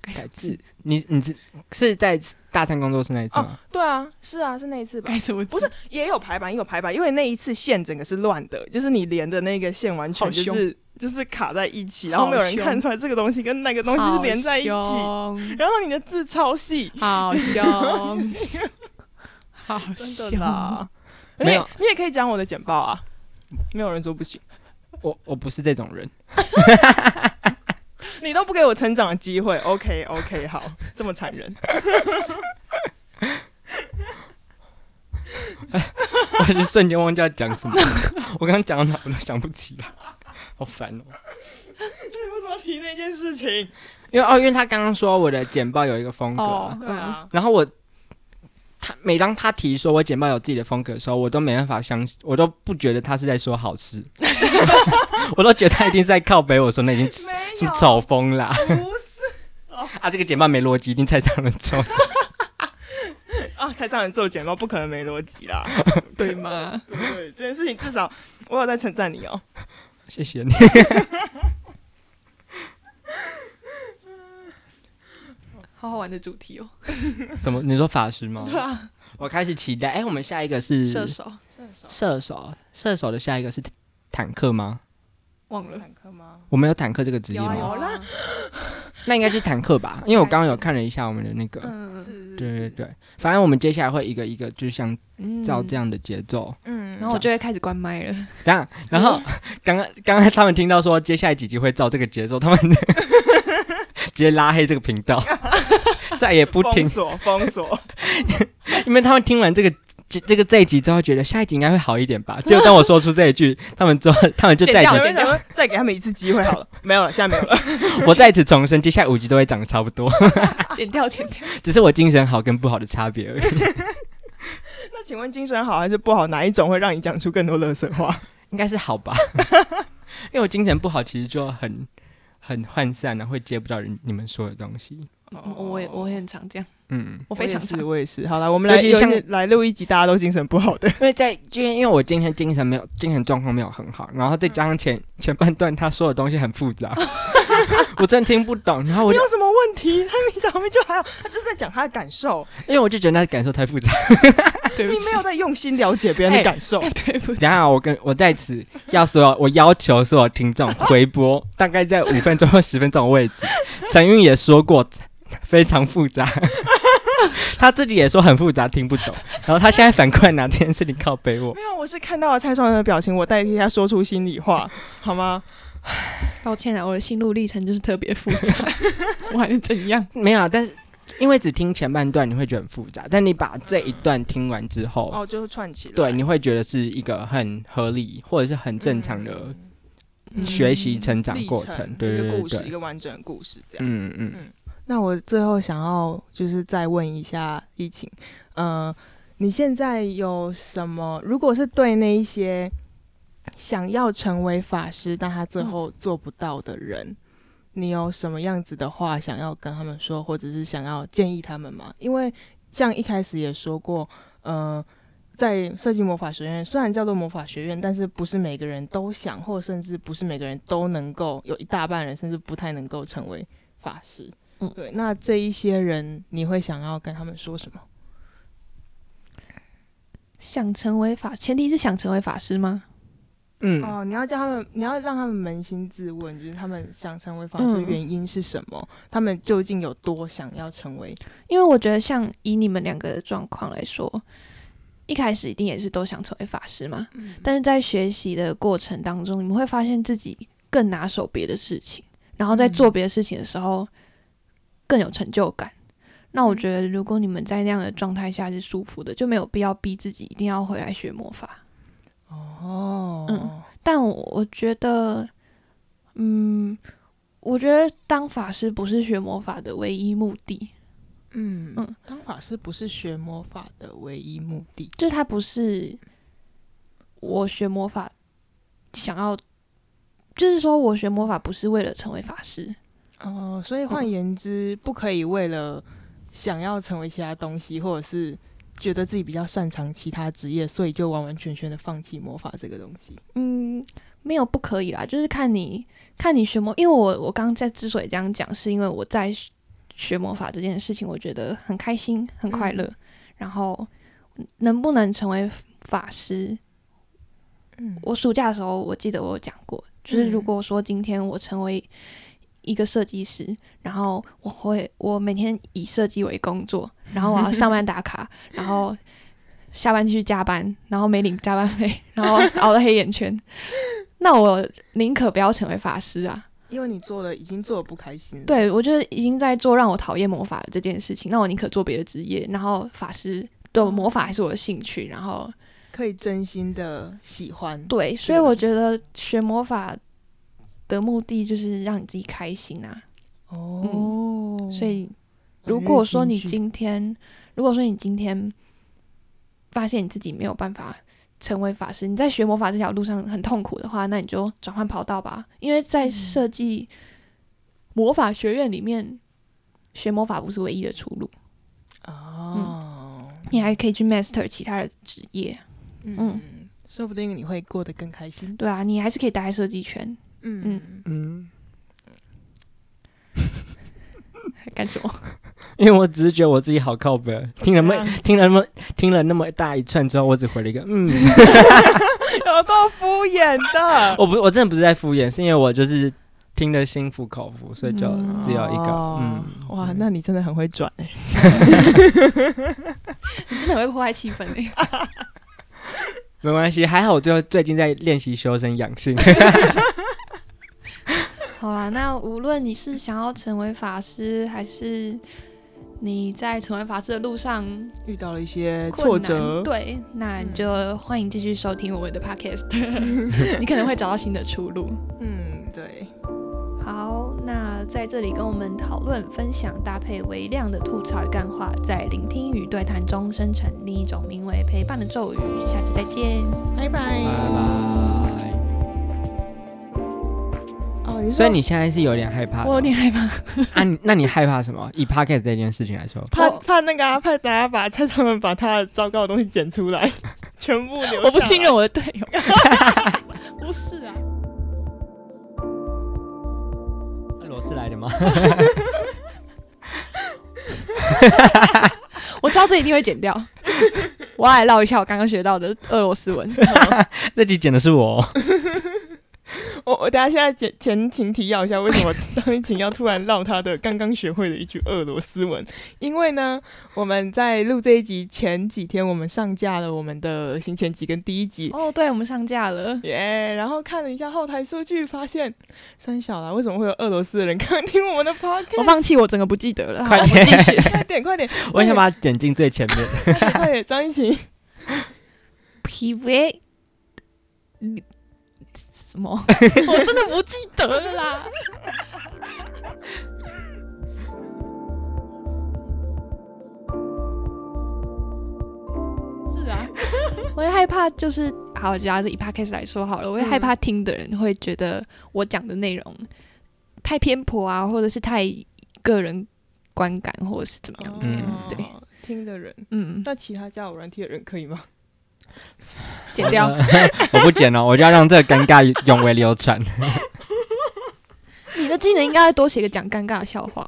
改什改么字，，你你是是在大三工作室那一次吗？对啊，是啊，是那一次 <laughs> 吧改？什么字？不是，也有排版，也有排版，因为那一次线整个是乱的，就是你连的那个线完全好就凶是就是卡在一起，然后没有人好凶看出来这个东西跟那个东西是连在一起，好凶，然后你的字超细， <laughs> 好凶，好真的凶。啦。而且没有你也可以讲我的简报啊，没有人说不行，我我不是这种人，你都不给我成长的机会，OK OK，好，这么残忍，我就瞬间忘记要讲什么，我刚刚讲到哪我都想不起来，好烦哦。你 <laughs> 为什么要提那件事情？因为哦，因为他刚刚说我的简报有一个风格啊，哦，对嗯，啊，然后我他每当他提说我简报有自己的风格的时候，我都没办法相信，我都不觉得他是在说好吃， <laughs> 我都觉得他一定在靠北我说那已经没什么走风啦不是 <laughs> 啊，这个简报没逻辑，一定太上了走。啊，才上人做简报，不可能没逻辑啦。对 <laughs> 吗？对啊不对，这件事情至少我有在称赞你哦。 <laughs> 谢谢你，好好玩的主题哦。什么？你说法师吗？对啊，我开始期待。哎、我们下一个是射手射手射手，射手的下一个是坦克吗？忘了，坦克吗？我们有坦克这个职业有啊吗？有啦，那应该是坦克吧，因为我刚刚有看了一下我们的那个。嗯，是对对，对，反正我们接下来会一个一个，就像嗯照这样的节奏。嗯然后我就会开始关麦了。然后，然后刚刚刚刚他们听到说接下来几集会照这个节奏，他们 <laughs> 直接拉黑这个频道，再也不听封，锁封锁，因为他们听完这个这这个这一集之后，觉得下一集应该会好一点吧。结果当我说出这一句，他们之后他 <laughs> 们就剪再掉次剪掉再给他们一次机会 <laughs> 好了，没有了，现在没有了。 <laughs> 我再次重申，接下来五集都会长得差不多， <laughs> 剪掉，剪 <laughs> 掉。只是我精神好跟不好的差别而已。那请问精神好还是不好，哪一种会让你讲出更多乐色话？应该是好吧？ <laughs> 因为我精神不好，其实就很很涣散啊，会接不到人你们说的东西。哦我我也我也很常这样，嗯， <laughs> 我非常也常是，。我也是。好了，我们来尤其有像一些来录一集，大家都精神不好的。因为在因为因为我今天精神没有精神状况没有很好，然后再加上前、前半段他说的东西很复杂， <laughs> 我真的听不懂。然后我没就有什么问题，他明明后面就还好，他就是在讲他的感受，因为我就觉得那感受太复杂。 <laughs> 对你不起没，有在用心了解别人的哎感受。对不起然。后我跟我在此要所有我要求所有听众回播，大概在五分钟或十分钟的位置。陈韵也说过非常 <laughs> 复杂，他自己也说很复杂，听不懂。然后他现在反过来拿这件事情靠背我，没有，我是看到了蔡双人的表情，我代替他说出心里话， <laughs> 好吗？抱歉啊，我的心路历程就是特别复 <laughs> 杂，我还能怎样？没有啊，但是。因为只听前半段你会觉得很复杂，但你把这一段听完之后，哦，就是串起来。对，你会觉得是一个很合理或者是很正常的嗯学习成长哦嗯历过程，对一个对故对事，一对，个完整的故事，这样。嗯嗯，那我最后想要就是再问一下疫情，呃，你现在有什么？如果是对那一些想要成为法师，但他最后做不到的人，你有什么样子的话想要跟他们说，或者是想要建议他们吗？因为像一开始也说过，呃。在设计魔法学院，虽然叫做魔法学院，但是不是每个人都想，或甚至不是每个人都能够，有一大半人甚至不太能够成为法师。对，那这一些人，你会想要跟他们说什么？想成为法，前提是想成为法师吗？嗯哦，你要叫他们，你要让他们扪心自问，就是他们想成为法师嗯原因是什么？他们究竟有多想要成为？因为我觉得像以你们两个的状况来说，一开始一定也是都想成为法师嘛，嗯但是在学习的过程当中，你们会发现自己更拿手别的事情，然后在嗯做别的事情的时候更有成就感。嗯那我觉得，如果你们在那样的状态下是舒服的，就没有必要逼自己一定要回来学魔法。哦，嗯但我我觉得，嗯，我觉得当法师不是学魔法的唯一目的，嗯嗯当法师不是学魔法的唯一目的。就是它不是我学魔法想要，就是说我学魔法不是为了成为法师，哦，所以嗯换言之，不可以为了想要成为其他东西，或者是觉得自己比较擅长其他职业，所以就完完全全的放弃魔法这个东西。嗯，没有不可以啦，就是看你看你学魔，因为我我刚刚在之所以这样讲，是因为我在学学魔法这件事情，我觉得很开心，很快嗯乐。然后能不能成为法师，嗯我暑假的时候我记得我有讲过，就是如嗯果说今天我成为一个设计师，然后我会我每天以设计为工作，然后我要上班打卡，然后下班继续加班，然后没领加班费，然后熬到黑眼圈。那我宁可不要成为法师啊！因为你做了，已经做的不开心了。对我就是已经在做让我讨厌魔法的这件事情，那我宁可做别的职业，然后法师的魔法还是我的兴趣，然后可以真心的喜欢。对，所以我觉得学魔法的目的就是让你自己开心啊。哦嗯所以如果说你今天，如果说你今天发现你自己没有办法成为法师，你在学魔法这条路上很痛苦的话，那你就转换跑道吧。因为嗯在设计魔法学院里面，学魔法不是唯一的出路，哦，你还可以去 master 其他的职业。嗯嗯说不定你会过得更开心。对啊，你还是可以待在设计圈。嗯嗯，干什么？ <laughs> 因为我只是觉得我自己好靠北，啊听了那对么听了那么听了那么大一串之后，我只回了一个嗯， <laughs> 有够敷衍的。我不我真的不是在敷衍，是因为我就是听得心服口服，所以就嗯只有一个嗯哦，哇，那你真的很会转哎、你真的很会破坏气氛欸诶、没关系，还好我最后最近在练习修身养性， <laughs> 好啦，那无论你是想要成为法师，还是你在成为法师的路上遇到了一些挫困难折，对，那嗯就欢迎继续收听我们的 podcast。你可能会找到新的出路。嗯，对，好，那在这里跟我们讨论、分享，搭配微量的吐槽与干话，在聆听与对谈中生成另一种名为陪伴的咒语。下次再见。拜拜拜拜。哦，你说所以你现在是有点害怕的我有点害怕，啊？你那你害怕什么？以 podcast 这件事情来说，怕我怕那个啊，怕大家把蔡尚文把他的糟糕的东西剪出来，全部留。我不信任。我的队 <laughs> 友。不是啊。罗斯来的吗？我知道这一定会剪掉。我要来唠一下我刚刚学到的俄罗斯文。 <laughs> 这集剪的是哦我。我我等下现在前前情提要一下，为什么张一晴要突然唠他的刚刚学会的一句俄罗斯文？因为呢，我们在录这一集前几天，我们上架了我们的行前集跟第一集。哦，对，我们上架了。耶然后看了一下后台数据，发现三小啦，为什么会有俄罗斯的人看听我们哦的 podcast？我放弃，我整个不记得了。好， <laughs> 快我们继续。快点，快点，我想把它剪进最前面。快点，快点，张 <laughs> 一晴，皮维，什么？ <laughs> 我真的不记得了啦。是啊，我会害怕，就是好，就拿这以 podcast 来说好了，我会害嗯怕听的人会觉得我讲的内容太偏颇啊，或者是太个人观感，或者是怎么样子。哦嗯对，哦听的人，嗯，那其他交友软体的人可以吗？剪掉。 <laughs> 我不剪了，我就要让这个尴尬永为流 <laughs> 传。你的技能应该要多写个讲尴尬的笑话。